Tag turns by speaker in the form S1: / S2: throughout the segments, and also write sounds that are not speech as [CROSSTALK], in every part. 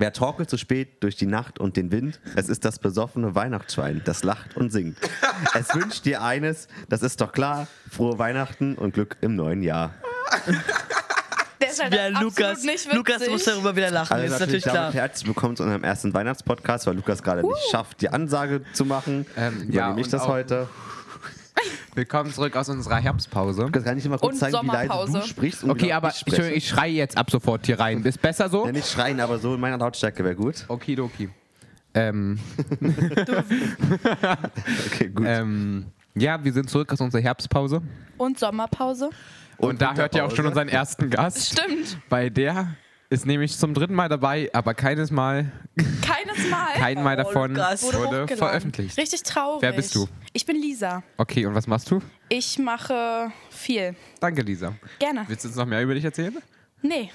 S1: Wer torkelt zu spät durch die Nacht und den Wind? Es ist das besoffene Weihnachtsschwein, das lacht und singt. Es wünscht dir eines, das ist doch klar. Frohe Weihnachten und Glück im neuen Jahr.
S2: Der ist halt
S3: Ja,
S2: absolut
S3: Lukas,
S2: nicht witzig.
S3: Lukas muss darüber wieder lachen,
S1: Also
S3: ist natürlich
S1: damit
S3: klar.
S1: herzlich willkommen zu unserem ersten Weihnachtspodcast, weil Lukas gerade nicht schafft, die Ansage zu machen.
S4: Ähm,
S1: Übernehme
S4: ja,
S1: ich
S4: und
S1: das
S4: auch-
S1: heute.
S4: Willkommen zurück aus unserer Herbstpause.
S1: Lukas, kann ich dir mal kurz
S2: Und
S1: zeigen, wie leise
S2: Sommerpause.
S1: du sprichst? und wie
S4: Okay,
S1: laut
S4: aber
S1: ich,
S4: ich,
S1: spreche?
S4: ich schreie jetzt ab sofort hier rein. Ist besser so?
S1: Ja, nicht schreien, aber so in meiner Lautstärke wäre gut.
S4: Okidoki. [LAUGHS] Ähm,
S1: Okay, gut.
S4: ähm, ja, wir sind zurück aus unserer Herbstpause.
S2: Und Sommerpause?
S4: Und, da hört ihr auch
S1: Winterpause.
S4: schon unseren ersten Gast.
S2: Stimmt,
S4: Bei der ist nämlich zum dritten Mal dabei, aber keines Mal,
S2: keines Mal.
S4: kein Mal davon
S3: Lukas.
S2: Wurde
S4: wurde
S2: hochgeladen.
S4: veröffentlicht.
S2: Richtig traurig.
S4: Wer bist du?
S2: Ich bin Lisa.
S4: Okay, und was machst du?
S2: Ich mache viel.
S4: Danke, Lisa.
S2: Gerne.
S4: Willst du uns noch mehr über dich erzählen?
S2: Nee.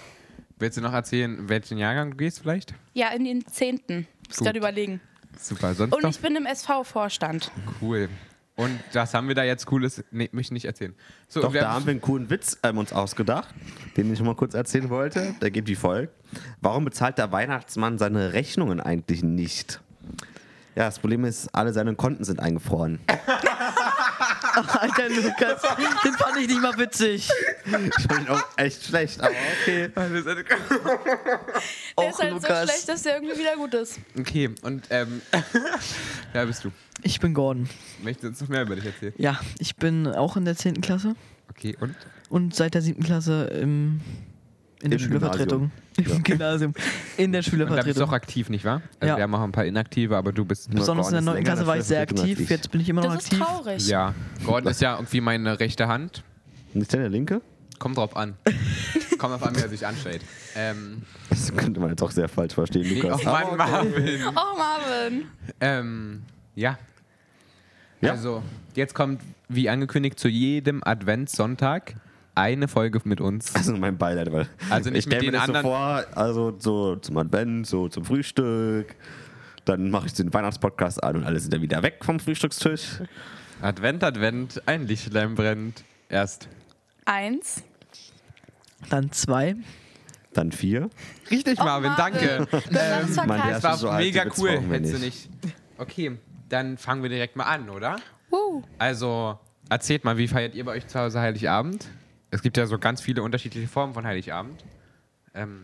S4: Willst du noch erzählen, welchen Jahrgang du gehst vielleicht?
S2: Ja, in den Zehnten. Muss
S4: Gut.
S2: gerade überlegen.
S4: Super, sonst
S2: Und
S4: noch
S2: ich bin im SV-Vorstand.
S4: cool. Und das haben wir da jetzt cooles. Nee, mich nicht erzählen. So,
S1: Doch,
S4: wir
S1: da haben wir einen coolen Witz ähm, uns ausgedacht, den ich mal kurz erzählen wollte. Der geht wie folgt. Warum bezahlt der Weihnachtsmann seine Rechnungen eigentlich nicht? Ja, das Problem ist, alle seine Konten sind
S4: [LAUGHS]
S1: eingefroren.
S3: Alter Lukas,
S2: [LAUGHS]
S3: den fand ich nicht mal witzig.
S1: Ich bin auch echt schlecht, aber okay.
S2: Der ist
S3: Auch
S2: halt so
S3: Lukas.
S2: schlecht, dass der irgendwie wieder gut ist.
S4: Okay, und ähm, [LAUGHS] wer bist du?
S3: ich bin Gordon.
S4: Möchtest du uns noch mehr über dich erzählen?
S3: Ja, ich bin auch in der 10. Klasse
S4: Okay, und?
S3: und seit der 7. Klasse im, in der
S1: Im
S3: Schülervertretung. Im Gymnasium. In der
S4: Und da bist du auch
S3: Schülervertretung.
S4: aktiv, nicht wahr? Also
S3: Ja.
S4: wir haben auch ein paar Inaktive, aber du bist.
S3: Besonders in der
S1: Gordon ist
S3: 9. Klasse
S1: länger
S3: war ich sehr
S1: dafür vertreten als
S3: aktiv,
S1: ich.
S3: jetzt bin ich immer noch
S2: Das ist
S3: aktiv.
S2: traurig.
S4: ja, Gordon ist ja irgendwie meine rechte Hand.
S1: Nicht der Linke?
S4: Kommt
S3: [LAUGHS]
S4: drauf an. Kommt drauf an, wie er sich anstellt. Ähm,
S1: Das könnte man jetzt auch sehr falsch verstehen,
S4: nee,
S1: Lukas.
S4: auf meinen Marvin.
S2: Oh, Marvin.
S4: Ähm, ja.
S1: Ja.
S4: Also, jetzt kommt, wie angekündigt, zu jedem Adventssonntag eine Folge mit uns.
S1: Also mein Beileid, weil
S4: Also
S1: ich
S4: nicht
S1: stell
S4: mit
S1: mir
S4: den
S1: das so
S4: anderen-
S1: vor, also so zum Advent, so zum Frühstück. Dann mache ich den Weihnachtspodcast an und alle sind dann wieder weg vom Frühstückstisch.
S4: Advent, Advent, ein Lichtlein brennt. Erst.
S2: Eins.
S3: Dann zwei.
S1: Dann vier.
S4: Richtig, Marvin, [LAUGHS] danke.
S2: Das ist
S1: Mann, der
S2: verkackt.
S1: ist-
S4: Das war
S1: so alt, die
S4: mega
S1: Witze
S4: cool,
S1: brauchen wir
S4: hättest du nicht. Okay, dann fangen wir direkt mal an, oder?
S2: Uh,
S4: Also, erzählt mal, wie feiert ihr bei euch zu Hause Heiligabend? Es gibt ja so ganz viele unterschiedliche Formen von Heiligabend. Ähm,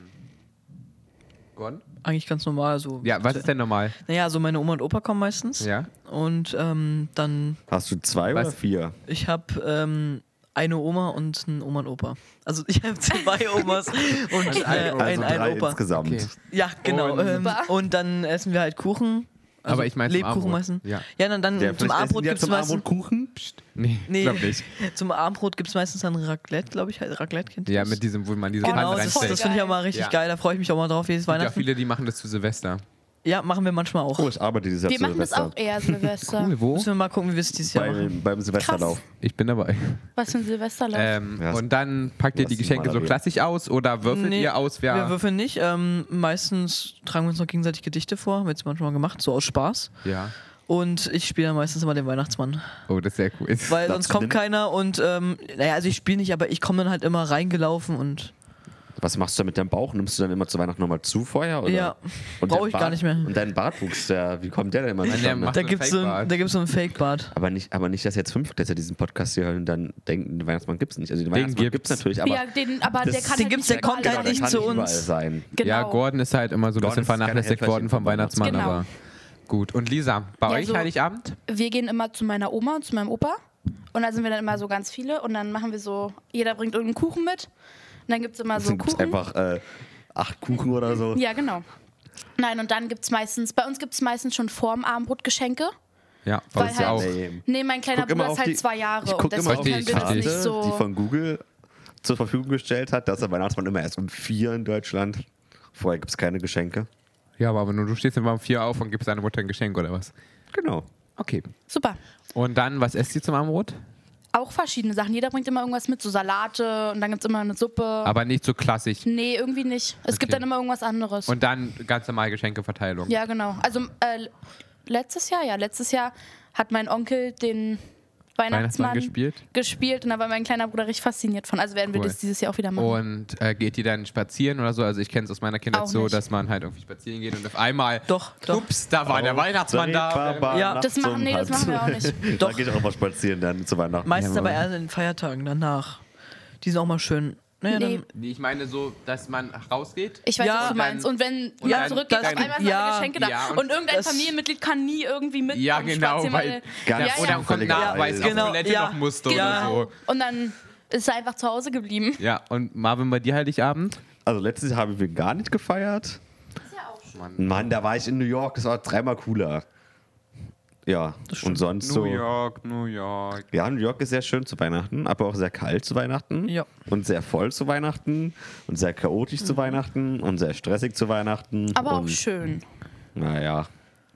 S4: Gordon?
S3: Eigentlich ganz normal. So.
S4: Ja, was ist denn normal?
S3: Naja, so meine Oma und Opa kommen meistens.
S4: Ja.
S3: Und ähm, dann,
S1: Hast du zwei
S4: Was?
S1: oder vier?
S3: ich habe ähm, eine Oma und einen Oma und Opa. Also ich habe
S1: [LAUGHS]
S3: zwei Omas und äh,
S4: eine
S3: ein,
S1: Also drei
S3: ein Opa.
S1: insgesamt.
S4: Okay.
S3: Ja, genau.
S4: Und-
S3: Und, ähm, und dann essen wir halt Kuchen. Also
S4: Aber ich mein zum
S3: Lebkuchen
S4: Abendbrot.
S3: meistens.
S4: Ja.
S3: ja, dann, dann
S1: Ja,
S3: zum
S1: vielleicht essen
S3: Abendbrot
S1: die ja
S3: gibt es
S1: zum Abendbrot
S3: meistens.
S1: Kuchen.
S4: Nee,
S3: Nee,
S4: glaub nicht.
S3: [LAUGHS] zum Abendbrot gibt es meistens dann Raclette, glaube ich. halt. Raclette kennt ihr
S4: Ja,
S3: das?
S4: mit diesem, wo man diese
S3: Genau,
S4: Pfanne
S3: das,
S2: voll
S4: reinstellt.
S3: das finde ich auch mal richtig
S4: Ja.
S3: geil. Da freue ich mich auch mal drauf, jedes
S4: Ja,
S3: Weihnachten.
S4: viele, die machen das zu Silvester.
S3: Ja, machen wir manchmal auch.
S1: Oh, ich arbeite dieses Jahr
S2: wir
S1: zu
S2: machen das
S1: Silvester.
S3: eh
S2: auch eher Silvester.
S4: Cool, wo?
S3: Müssen wir mal gucken, wie wir es dieses Jahr machen.
S1: beim, beim Silvesterlauf.
S4: Ich bin dabei.
S2: Was für ein Silvesterlauf.
S4: Ähm,
S1: Ja,
S4: und dann packt ihr
S1: lass
S4: die
S1: die
S4: Geschenke
S1: mal
S4: so
S1: reden.
S4: klassisch aus oder würfelt
S3: Nee,
S4: ihr aus, wer.
S3: Wir würfeln nicht. Ähm, meistens tragen wir uns noch gegenseitig Gedichte vor. Haben wir jetzt manchmal gemacht, so aus Spaß.
S4: ja.
S3: Und ich spiele dann meistens immer den Weihnachtsmann.
S4: Oh, das ist sehr cool.
S1: Darfst
S3: Weil sonst
S1: du
S3: kommt
S1: den-
S3: keiner und, ähm, naja, also ich spiele nicht, aber ich komme dann halt immer reingelaufen und.
S1: Was machst du da mit deinem Bauch? Nimmst du dann immer zu Weihnachten nochmal zu vorher? Oder?
S3: Ja,
S1: Und
S3: brauch
S1: dein
S3: ich gar
S1: Bart-
S3: nicht mehr.
S1: Und dein Bartwuchs, der, wie kommt der denn immer
S4: der
S1: zustande?
S4: macht-
S3: Da
S4: so ein
S3: gibt es so ein-
S4: Fake-Bart.
S3: da gibt's so ein Fake-Bad.
S1: Aber nicht, aber nicht, dass jetzt fünf Leute diesen Podcast hier hören und dann denken, den Weihnachtsmann gibt es nicht. Also den Weihnachtsmann gibt
S4: gibt's.
S1: es natürlich, aber
S2: ja, den, aber
S1: das-
S2: der kann
S3: Den
S2: halt
S3: gibt's,
S2: nicht
S3: der kommt
S2: überall
S3: halt
S1: der
S3: nicht
S1: kann
S3: zu uns.
S1: überall sein.
S2: Genau.
S4: Ja, Gordon ist halt immer so ein
S1: Gordon
S4: bisschen
S1: ist kein
S4: vernachlässigt
S1: Helferchen
S4: worden vom
S1: vom
S4: Weihnachtsmann,
S2: Weihnachtsmann.
S4: aber gut. Und Lisa, bei
S2: Ja,
S4: euch
S2: so-
S4: Heiligabend?
S2: wir gehen immer zu meiner Oma und zu meinem Opa. Und da sind wir dann immer so ganz viele. Und dann machen wir so, jeder bringt irgendeinen Kuchen mit. Und dann gibt es
S3: Also
S2: immer so
S1: Dann gibt es
S2: Kuchen.
S1: einfach äh, acht Kuchen oder so.
S2: Ja, genau. Nein, und dann gibt es meistens, bei uns gibt es meistens schon vorm Abendbrot Geschenke.
S4: Ja, bei
S2: Weil
S4: uns
S2: halt-
S4: auch.
S1: Nee.
S2: Nee, mein kleiner
S1: guck immer
S2: Bruder ist
S1: auf
S2: halt
S1: die-
S2: zwei Jahre.
S1: Ich
S2: und
S1: gucke immer
S2: deswegen
S1: auf die
S2: können wir das
S1: Karte,
S2: nicht so.
S1: die von Google zur Verfügung gestellt hat, dass der Weihnachtsmann immer erst um vier in Deutschland. Vorher gibt es keine Geschenke.
S4: Ja, aber nur du stehst immer um vier auf und gibst deiner Mutter ein Geschenk oder was?
S1: Genau.
S4: Okay.
S2: Super.
S4: Und dann, was esst ihr zum Abendbrot?
S2: Oh. Auch verschiedene Sachen. Jeder bringt immer irgendwas mit, so Salate und dann gibt es immer eine Suppe.
S4: Aber nicht so klassisch.
S2: nee, irgendwie nicht. Es gibt
S4: Okay.
S2: dann immer irgendwas anderes.
S4: Und dann ganz normal Geschenkeverteilung.
S2: Ja, genau. Also äh, letztes Jahr, ja, letztes Jahr hat mein Onkel den Weihnachtsmann,
S4: Weihnachtsmann gespielt?
S2: gespielt und da war mein kleiner Bruder richtig fasziniert von. Also werden wir
S4: Cool.
S2: das dieses Jahr auch wieder machen.
S4: Und äh, geht die dann spazieren oder so? Also ich kenne es aus meiner
S2: Auch
S4: Kindheit so,
S2: nicht.
S4: dass man halt irgendwie spazieren geht und auf einmal,
S3: Doch, doch.
S4: ups, da
S1: Oh,
S4: war der Weihnachtsmann da.
S3: Ja,
S2: das machen- nee, das machen wir auch nicht.
S1: Doch. [LAUGHS] Da
S3: Doch.
S1: gehe ich auch mal spazieren dann zu Weihnachten.
S3: Meistens
S1: Ja,
S3: aber
S1: Mann.
S3: erst in den Feiertagen danach. Die sind auch mal schön. Naja,
S2: Nee.
S3: dann,
S4: Nee, ich meine so, dass man rausgeht.
S2: Ich weiß,
S3: Ja,
S2: was du
S3: und
S2: meinst.
S4: dann-
S2: Und wenn
S4: und
S2: man
S4: dann-
S2: zurückgeht, auf
S4: dann-
S2: einmal sind
S3: ja,
S2: alle Geschenke da.
S4: ja,
S2: und,
S4: und
S2: irgendein
S3: das-
S2: Familienmitglied kann nie irgendwie mit. äh,
S4: ja,
S2: am
S4: genau,
S2: Spaziergang-
S4: weil
S1: Ganz
S4: ja, oder kommt
S1: zufälligerweise.
S4: Nachweis
S3: Genau,
S4: auf Toilette
S3: ja. genau.
S4: noch musste
S3: Ja.
S4: oder so.
S2: Und dann ist er einfach zu Hause geblieben.
S4: Ja, und Marvin, bei dir Heiligabend?
S1: Also letztes Jahr haben wir gar nicht gefeiert.
S2: Ist ja auch schön.
S1: Mann, da war ich in New York, das war dreimal cooler. Ja, und sonst so.
S4: New York, New York.
S1: Ja, New York ist sehr schön zu Weihnachten, aber auch sehr kalt zu Weihnachten.
S3: Ja.
S1: Und sehr voll zu Weihnachten. Und sehr chaotisch
S4: Mhm.
S1: zu Weihnachten. Und sehr stressig zu Weihnachten.
S2: Aber auch
S1: und,
S2: schön.
S1: Naja,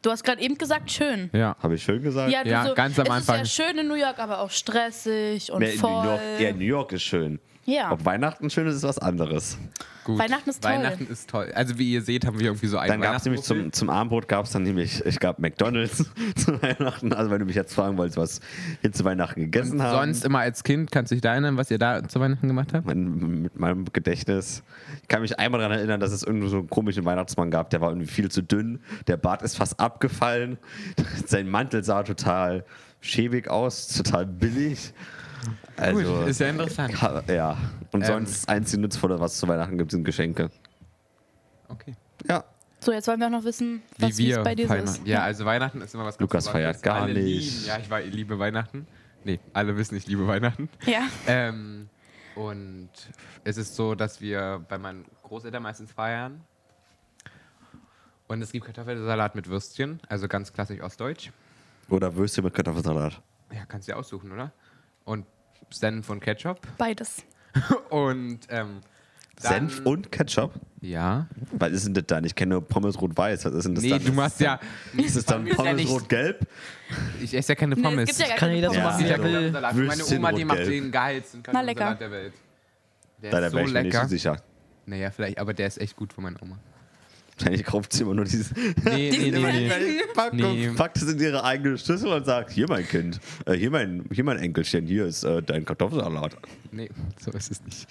S2: Du hast gerade eben gesagt, schön.
S4: Ja.
S1: habe ich schön gesagt?
S2: du
S4: Ja, ganz am
S2: es
S4: Anfang.
S2: ist ja schön in New York, aber auch stressig und
S1: Nee, in
S2: voll.
S1: New York, ja, New York ist schön.
S2: Ja.
S1: Ob Weihnachten schön ist, ist was anderes.
S4: Gut.
S2: Weihnachten ist toll.
S4: Weihnachten ist toll. Also wie ihr seht, haben wir irgendwie so einen
S1: Dann gab es nämlich
S4: Weihnachtsmuffel.
S1: zum, zum Abendbrot gab es dann nämlich, ich gab McDonalds [LAUGHS] zu Weihnachten. Also wenn du mich jetzt fragen wolltest, was wir zu Weihnachten gegessen haben.
S4: Sonst immer als Kind, kannst du dich da erinnern, was ihr da zu Weihnachten gemacht habt?
S1: Mein, mit meinem Gedächtnis. Ich kann mich einmal daran erinnern, dass es irgendwie so einen komischen Weihnachtsmann gab, der war irgendwie viel zu dünn, der Bart ist fast abgefallen, [LAUGHS] sein Mantel sah total schäbig aus, total billig. Also,
S4: Gut, ist ja interessant.
S1: Ha- ja. Und
S4: Ähm.
S1: sonst das einzige Nutzvolle, was es zu Weihnachten gibt, sind Geschenke.
S4: Okay.
S1: Ja.
S2: So, jetzt wollen wir auch noch wissen,
S4: Wie
S2: was wie
S4: wir
S2: es bei dir so
S4: feiern.
S2: ist.
S4: Ja, also Weihnachten ist immer was ganz
S1: Lukas
S4: Besonderes.
S1: feiert gar
S4: alle
S1: nicht.
S4: Lieben. Ja, ich war, liebe Weihnachten. Nee, alle wissen, ich liebe Weihnachten.
S2: Ja.
S4: Ähm, und es ist so, dass wir bei meinen Großeltern meistens feiern. Und es gibt Kartoffelsalat mit Würstchen, also ganz klassisch ostdeutsch.
S1: Oder Würstchen mit Kartoffelsalat.
S4: Ja, kannst du dir aussuchen, oder? Und Senf und Ketchup.
S2: Beides.
S4: Und ähm, dann-
S1: Senf und Ketchup?
S4: Ja.
S1: Was ist denn das dann? Ich kenne nur Pommes rot-weiß. Was ist denn das
S4: nee,
S1: dann?
S4: du machst ja.
S1: Ist es dann
S4: Pommes ist ja
S1: Pommes
S4: nicht-
S1: rot-gelb?
S4: Ich esse ja keine
S2: Nee, es
S4: Pommes.
S2: gibt ja gar
S3: kann
S2: keine
S3: jeder so
S2: Pommes.
S3: machen, wie
S1: Ja,
S3: er
S1: doch.
S3: will.
S4: Kartoffelsalat. Meine
S1: Würstchen
S4: Oma, die macht
S1: rot-gelb.
S4: den geilsten
S2: Na, lecker.
S4: Kartoffelsalat der Welt. Der
S1: Da
S4: ist
S1: wäre
S4: so
S1: ich mir nicht so
S4: lecker.
S1: sicher. [LAUGHS]
S4: naja, vielleicht, aber der ist echt gut für meine
S2: [LAUGHS]
S4: Oma.
S1: Wahrscheinlich kauft sie immer nur dieses.
S4: Nee, nee, nee, nee.
S1: Packt,
S4: Nee.
S1: packt es in ihre eigene Schüssel und sagt: Hier, mein Kind, äh, hier, mein, hier, mein Enkelchen, hier ist äh, dein Kartoffelsalat.
S4: Nee, [LAUGHS] so ist es nicht.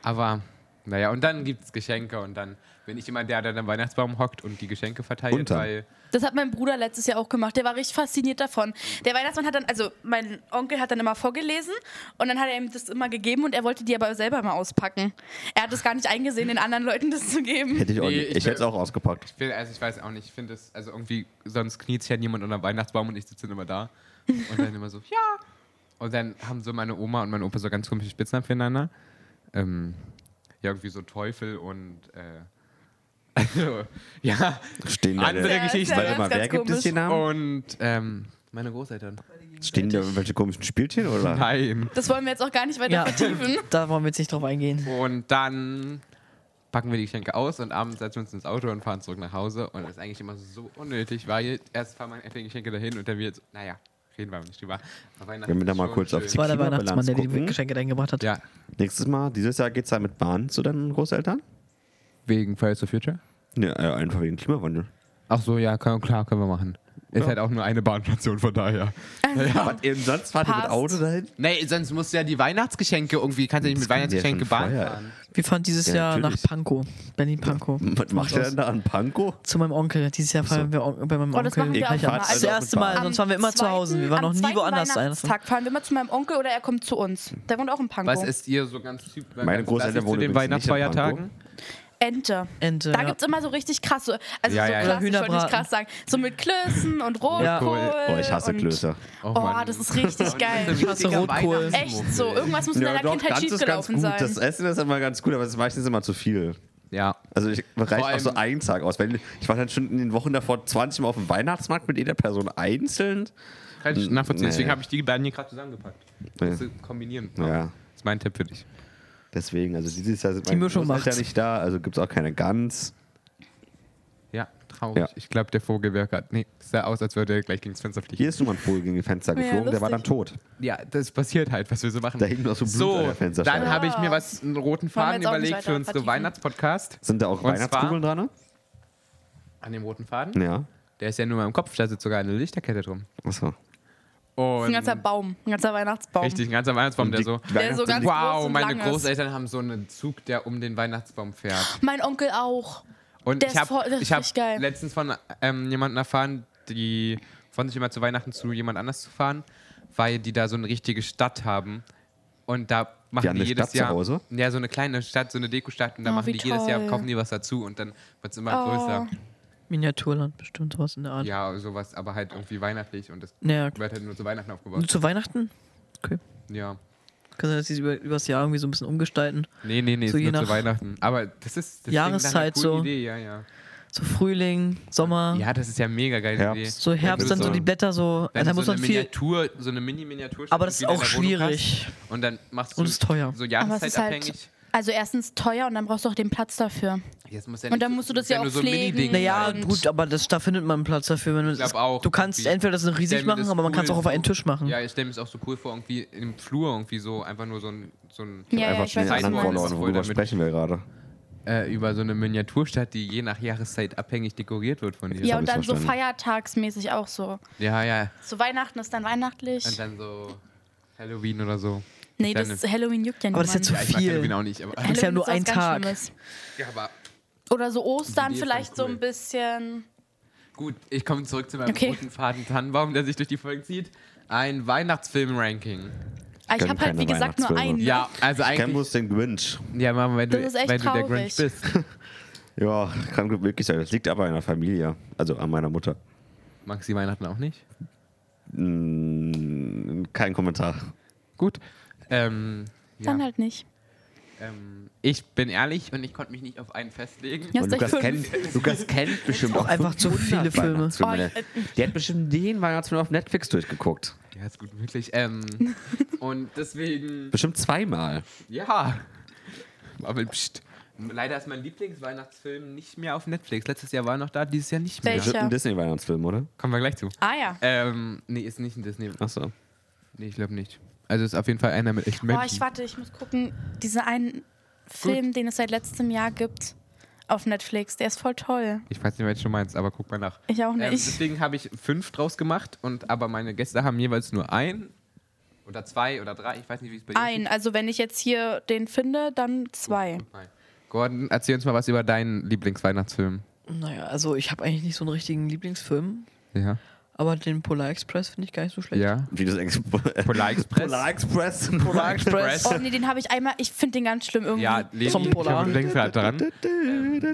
S4: Aber, naja, und dann gibt es Geschenke und dann bin ich immer der, der am Weihnachtsbaum hockt und die Geschenke verteilt,
S1: Und dann?
S4: weil
S2: Das hat mein Bruder letztes Jahr auch gemacht. Der war richtig fasziniert davon. Der Weihnachtsmann hat dann, also mein Onkel hat dann immer vorgelesen und dann hat er ihm das immer gegeben und er wollte die aber selber mal auspacken. Er hat es gar nicht eingesehen, den anderen Leuten das zu geben.
S1: Hätte ich auch
S4: Nee,
S1: nicht.
S4: ich
S1: Ich hätte es auch ausgepackt.
S4: ich bin, also ich weiß auch nicht, ich finde es, also irgendwie, sonst kniet sich ja niemand unter dem Weihnachtsbaum und ich sitze dann immer da und dann immer so, [LAUGHS] ja. Und dann haben so meine Oma und mein Opa so ganz komische Spitznamen füreinander. Ähm, ja, irgendwie so Teufel und, äh, [LAUGHS] also, ja,
S1: Stehen da
S4: Andere
S1: der-
S4: Geschichten.
S1: Warte mal,
S2: ganz,
S1: wer
S2: ganz
S1: gibt es
S2: komisch.
S1: hier Namen?
S4: und, ähm, meine Großeltern.
S1: Stehen da irgendwelche komischen Spielchen? Oder?
S4: Nein.
S2: Das wollen wir jetzt auch gar nicht weiter [LAUGHS]
S3: Ja, [LAUGHS]
S2: vertiefen.
S3: da wollen wir jetzt nicht drauf eingehen.
S4: Und dann packen wir die Geschenke aus und abends setzen wir uns ins Auto und fahren zurück nach Hause. Und das ist eigentlich immer so unnötig, weil erst fahren meine Eltern die Geschenke dahin und dann wird, naja, reden wir aber nicht drüber. Aber Weihnachten
S1: Wenn wir da
S4: ist
S1: mal
S4: schon
S1: kurz auf
S4: schön.
S1: die-
S3: Das war der
S1: Klimabilanz
S3: Weihnachtsmann, der die
S1: gucken.
S3: Geschenke reingebracht hat.
S4: Ja,
S1: Nächstes Mal, dieses Jahr geht es dann mit Bahn zu deinen Großeltern?
S4: wegen Fridays for Future?
S1: Ja, äh, einfach wegen Klimawandel.
S4: Ach so, ja, kann, klar, können wir machen. Ist halt auch nur eine Bahnstation, von daher.
S1: Was eben sonst fahrt ihr mit
S2: Passt.
S1: Auto dahin?
S4: Nee, sonst musst du ja die Weihnachtsgeschenke irgendwie, kannst ja nicht
S1: Das
S4: mit
S1: können die ja
S4: Weihnachtsgeschenke
S1: schon
S4: Bahn
S1: vorher.
S4: fahren.
S3: Wir fahren dieses
S1: Ja,
S3: Jahr
S1: natürlich.
S3: nach Pankow,
S1: [LAUGHS]
S3: Berlin-Pankow.
S1: Was macht ihr denn da an Pankow?
S3: Zu meinem Onkel. Dieses Jahr fahren wir on- bei meinem
S2: Oh,
S3: Onkel.
S2: das machen wir auch
S1: Gleich
S2: immer.
S1: abends.
S3: Das ist
S2: Also
S3: das erste Mal, sonst waren wir immer zu
S2: am
S3: Hause. Wir waren noch
S2: zweiten-
S3: nie
S2: am
S3: woanders.
S2: zweiten Weihnachtstag fahren wir immer zu meinem Onkel oder er kommt zu uns. Der wohnt auch in Pankow.
S4: Was ist ihr so ganz typisch?
S1: Meine Großeltern
S4: klassisch zu
S1: wohnen
S4: den
S1: übrigens nicht in
S4: Weihnachtsfeiertagen?
S2: Ente.
S3: Ente,
S2: Da
S3: ja.
S2: gibt's immer so richtig krasse, also
S4: Ja,
S2: so
S4: ja, ja.
S2: klassisch, wollte ich nicht
S3: Hühnerbraten.
S2: krass sagen, so mit Klößen und Rotkohl.
S3: Ja.
S1: Oh, ich hasse
S2: und-
S1: Klöße.
S4: Oh,
S2: Oh,
S4: Mann.
S2: das ist
S4: [LAUGHS]
S2: richtig geil.
S4: Das ist ein
S3: Klasse
S4: richtiger
S3: Rotkohl.
S4: Weihnachtsmuffel.
S2: Echt so. Irgendwas muss in deiner Kindheit schiefgelaufen
S1: gut. Das
S2: sein.
S1: Essen ist immer ganz gut, aber es ist meistens immer zu viel.
S4: Ja.
S1: Also ich reicht auch
S4: allem-
S1: so einen Tag aus. Weil ich war dann schon in den Wochen davor 20 Mal auf dem Weihnachtsmarkt mit jeder Person einzeln.
S4: Kann ich nachvollziehen.
S1: Nee.
S4: Deswegen habe ich die beiden hier gerade zusammengepackt.
S1: Nee.
S4: Musst du kombinieren.
S1: Ja.
S4: Ist mein Tipp für dich.
S1: Deswegen, also dieses Jahr sind
S3: Die Mischung
S1: Großeltern
S3: macht's.
S1: nicht da, also gibt es auch keine Gans.
S4: Ja, traurig.
S1: Ja.
S4: Ich glaube, der Vogel wäre gerade. Nee, sah aus, als würde er gleich gegen das Fenster fliegen.
S1: Hier ist nun mal ein Vogel gegen die Fenster
S2: Ja,
S1: geflogen, der war dann tot.
S2: lustig.
S4: Ja, das passiert halt, was wir so machen.
S1: Da hängt noch so Blut an der Fensterscheibe.
S4: dann habe ich mir was, einen roten
S2: wir
S4: Faden
S2: jetzt auch nicht
S4: überlegt
S2: weiter
S4: für unsere
S2: vertiefen.
S4: Weihnachtspodcast.
S1: Sind da auch
S4: Und
S1: Weihnachtskugeln dran? ne?
S4: An dem roten Faden.
S1: Ja.
S4: Der ist ja nur in meinem Kopf, da sitzt sogar eine Lichterkette drum.
S1: Achso.
S4: Und
S2: Ein ganzer Baum, ein ganzer Weihnachtsbaum.
S4: Richtig, ein ganzer Weihnachtsbaum, der so.
S2: Der so ganz groß
S4: Wow,
S2: und
S4: meine
S2: lang ist.
S4: Großeltern haben so einen Zug, der um den Weihnachtsbaum fährt.
S2: Mein Onkel auch.
S4: Und
S2: Der
S4: ich
S2: ist voll-
S4: habe
S2: das ist
S4: ich hab
S2: richtig geil.
S4: letztens von ähm, jemandem erfahren, die von sich immer zu Weihnachten zu jemand anders zu fahren, weil die da so eine richtige Stadt haben. Und da machen die,
S1: haben eine
S4: jedes
S1: Stadt zu
S4: Jahr.
S1: Hause?
S4: Ja, so eine kleine Stadt, so eine Dekostadt. Und da
S2: Oh,
S4: machen
S2: wie
S4: die jedes Jahr,
S2: toll.
S4: kaufen die was dazu und dann wird es immer
S2: Oh.
S4: größer.
S3: Miniaturland, bestimmt sowas in der Art.
S4: Ja, sowas, aber halt irgendwie weihnachtlich und das
S3: Naja,
S4: wird halt nur zu Weihnachten aufgebaut.
S3: nur zu Weihnachten? Okay.
S4: Ja.
S3: Kann sein, dass sie es über, übers Jahr irgendwie so ein bisschen umgestalten.
S4: Nee, nee, nee,
S3: So
S4: ist
S3: je
S4: nur zu
S3: nach
S4: Weihnachten. Aber das ist das klingt nach einer
S3: Jahreszeit
S4: coolen
S3: so.
S4: Idee, ja, ja.
S3: So Frühling, Sommer,
S4: Ja, das ist ja mega geil.
S1: Ja.
S4: Idee.
S3: so Herbst, dann so
S4: So-
S3: die Blätter so. also
S4: Dann
S3: da muss
S4: so
S3: man
S4: eine
S3: viel.
S4: Miniatur, so eine Mini-Miniatur.
S3: Aber das ist
S4: die du
S3: auch
S4: in der Wohnung
S3: schwierig.
S4: hast. Und dann machst du
S3: Und ist teuer.
S2: Aber es
S4: so
S2: ist
S4: jahreszeitabhängig.
S2: halt. Also erstens teuer und dann brauchst du auch den Platz dafür.
S4: Jetzt muss ja
S2: Und dann
S4: nicht-
S2: musst du
S4: muss
S2: das ja
S4: nur
S2: auch
S4: so ein
S2: pflegen.
S4: Mini-Ding
S3: Naja,
S4: sein.
S2: Und-
S3: gut, aber das, da findet man Platz dafür. Wenn
S4: glaub auch,
S3: du kannst
S4: irgendwie.
S3: entweder das so
S4: Ich stell
S3: riesig
S4: mir
S3: machen,
S4: das
S3: aber man kann es
S4: cool
S3: auch auf einen
S4: vor.
S3: Tisch machen.
S4: Ja, ich stelle mir das auch so cool vor, irgendwie im Flur irgendwie so einfach nur so ein, so ein
S2: Ja, ja,
S1: Einfach
S2: ich weiß,
S1: schnell
S2: was
S1: einen
S2: du
S1: anderen
S2: meinst.
S1: verloren.
S4: Voll
S1: Worüber
S4: damit.
S1: sprechen wir gerade?
S4: äh, über so eine Miniaturstadt, die je nach Jahreszeit abhängig dekoriert wird von dir.
S2: Ja,
S1: hab
S2: und
S1: ich's
S2: dann so
S1: verstanden.
S2: feiertagsmäßig auch so.
S4: ja. ja.
S2: Zu Weihnachten ist dann weihnachtlich.
S4: Und dann so Halloween oder so.
S2: nee, das
S4: Kleine-
S2: ist Äh, Halloween juckt ja
S3: Aber das ist ja
S2: niemand.
S3: zu
S4: ja, ich mag
S3: viel.
S4: Halloween auch nicht, aber.
S3: Das ist ja nur
S2: Halloween
S3: ein
S2: was ganz
S3: Tag.
S2: Schlimmes.
S4: [LAUGHS] Ja, aber
S2: Oder so Ostern
S4: Die Idee ist
S2: vielleicht
S4: ganz
S2: so
S4: cool.
S2: ein bisschen.
S4: Gut, ich komme zurück zu meinem
S2: Okay.
S4: roten Faden Tannenbaum, der sich durch die Folge zieht. Ein Weihnachtsfilm-Ranking.
S2: Ah, ich
S1: Kenn
S2: habe halt, wie
S1: keine
S2: gesagt, nur
S1: Weihnachtsfilme.
S2: einen. ne?
S4: Ja, also
S1: Ken
S4: eigentlich.
S1: muss den Grinch.
S4: Ja, Mama, wenn du,
S2: Das ist echt
S4: wenn du der
S2: traurig.
S4: Grinch bist.
S2: [LAUGHS]
S1: Ja, kann gut möglich sein. Das liegt aber an der Familie. Also an meiner Mutter.
S4: Magst du die Weihnachten auch nicht?
S1: Mm, Kein Kommentar.
S4: Gut. Ähm, ja.
S2: Dann halt nicht.
S4: ähm, ich bin ehrlich und ich konnte mich nicht auf einen festlegen.
S2: Ja,
S1: Und
S2: ist gleich
S1: Lukas
S2: fünf.
S1: kennt, Lukas kennt bestimmt auch
S3: einfach zu
S1: 500
S3: viele Filme.
S1: Weihnachtsfilme.
S2: Oh, ich- äh,
S1: Der hat bestimmt den Weihnachtsfilm auf Netflix durchgeguckt.
S4: Ja, ist gut möglich. Ähm,
S2: [LAUGHS]
S4: und deswegen,
S1: Bestimmt zweimal.
S4: ja. Aber pst. Leider ist mein Lieblingsweihnachtsfilm nicht mehr auf Netflix. Letztes Jahr war er noch da, dieses Jahr nicht mehr.
S2: Welcher?
S1: Bestimmt ein Disney-Weihnachtsfilm, oder?
S4: Kommen wir gleich zu.
S2: Ah ja.
S4: Ähm, nee, ist nicht ein Disney.
S1: Achso.
S4: Nee, ich glaube nicht. Also ist auf jeden Fall einer mit echten
S2: Boah,
S4: Menschen.
S2: ich warte, ich muss gucken. Diesen einen Film, den es seit letztem Jahr gibt auf Netflix, der ist voll toll.
S4: Ich weiß nicht, welchen du meinst, aber guck mal nach.
S2: Ich auch
S4: Ähm, [LAUGHS]
S2: nicht.
S4: deswegen habe ich fünf draus gemacht, und, aber meine Gäste haben jeweils nur ein oder zwei oder drei. Ich weiß nicht, wie es bei dir
S2: Ein, also wenn ich jetzt hier den finde, dann
S4: [LAUGHS]
S2: zwei.
S4: ist. Nein. Gordon, erzähl uns mal was über deinen Lieblingsweihnachtsfilm.
S3: Naja, also ich habe eigentlich nicht so einen richtigen Lieblingsfilm,
S4: Ja.
S3: aber den Polar Express finde ich gar nicht so schlecht.
S4: Ja.
S1: Wie das Ex [LAUGHS]
S4: Polar Express.
S1: Polar Express.
S3: Polar Express.
S2: Oh nee, den habe ich einmal, ich finde den ganz schlimm irgendwie.
S4: Ja,
S3: Zum
S4: Leni,
S3: Polar.
S4: Kevin denkst du halt dran.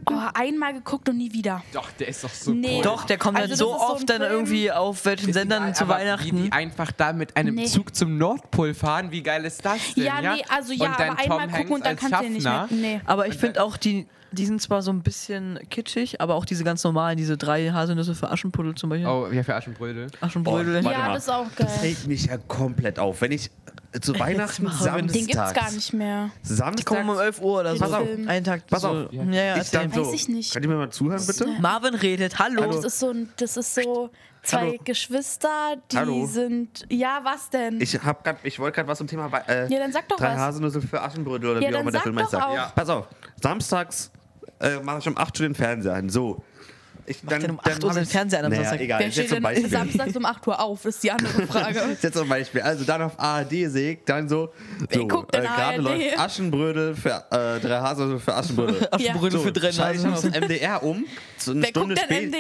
S2: Oh, einmal geguckt und nie wieder.
S4: Doch, der ist doch so
S2: Nee.
S4: cool.
S3: Doch, der kommt
S2: Also
S3: dann
S2: das
S3: so
S2: ist so ein
S3: oft dann
S2: Film-
S3: irgendwie auf welchen
S4: Ist
S3: Sendern
S4: egal,
S3: zu
S4: aber Wie
S3: Weihnachten.
S4: die einfach da mit einem
S2: Nee.
S4: Zug zum Nordpol fahren, wie geil ist das denn?
S2: Ja, nee, also ja,
S4: und dann
S2: aber
S4: Tom
S2: einmal
S4: Hanks
S2: gucken und dann
S4: als
S2: kannst du den nicht mehr.
S4: Schaffner.
S2: Nee.
S3: Aber ich finde auch, die, die sind zwar so ein bisschen kitschig, aber auch diese ganz normalen, diese drei Haselnüsse für Aschenputtel zum Beispiel.
S4: Oh, ja, für Aschenbrödel.
S3: Aschenbrödel.
S1: Oh, Warte
S2: ja,
S1: mal.
S2: das ist auch
S1: Das
S2: geil.
S1: regt mich ja komplett auf. Wenn ich zu Weihnachten
S3: machen wir das.
S2: Den gibt's gar
S1: samstags,
S2: nicht mehr.
S3: Die kommen um
S1: samstags
S3: 11 Uhr oder so.
S2: Pass auf.
S3: Einen Tag.
S1: Pass
S3: so.
S1: auf.
S3: Ja, ja,
S1: ich dann
S3: erzähl.
S1: so,
S2: Weiß ich nicht.
S1: Könnt ihr mir mal zuhören, bitte?
S3: Marvin redet.
S2: Oh,
S3: Hallo.
S2: das ist so ein, das ist so zwei
S1: Hallo.
S2: Geschwister, die
S1: Hallo.
S2: sind. Ja, was denn?
S1: Ich, hab grad, ich wollte gerade was zum Thema Wei- äh,
S2: Ja, dann sag doch
S1: drei
S2: was.
S1: Haselnüsse für Aschenbrödel oder
S2: Ja,
S1: wie auch
S2: dann
S1: immer der
S2: sag
S1: Film heißt.
S2: doch auch. Ja.
S1: Pass auf, samstags äh, mache ich um 8 Uhr den Fernseher an. So. Ich,
S3: Macht denn um 8 Uhr
S1: hab
S3: seinen
S1: ich-
S3: Fernseher an am
S1: naja,
S3: Samstag?
S1: Egal,
S2: Wer
S1: ist jetzt
S2: steht
S1: zum
S2: denn
S1: Beispiel. [LAUGHS]
S2: samstags um 8 Uhr auf? Ist die andere Frage.
S1: Ist jetzt zum Beispiel. Also dann auf ARD sägt, dann so.
S2: Wer
S1: so äh,
S2: guckt denn
S1: gerade
S2: ARD?
S1: läuft Aschenbrödel für äh, drei Haselnüsse für Aschenbrödel.
S3: [LAUGHS]
S1: So,
S3: Aschenbrödel für drei
S1: schalte ich dann
S3: Haselnüsse.
S1: auf MDR um. So eine
S2: Wer
S1: Stunde
S2: guckt denn
S1: spät-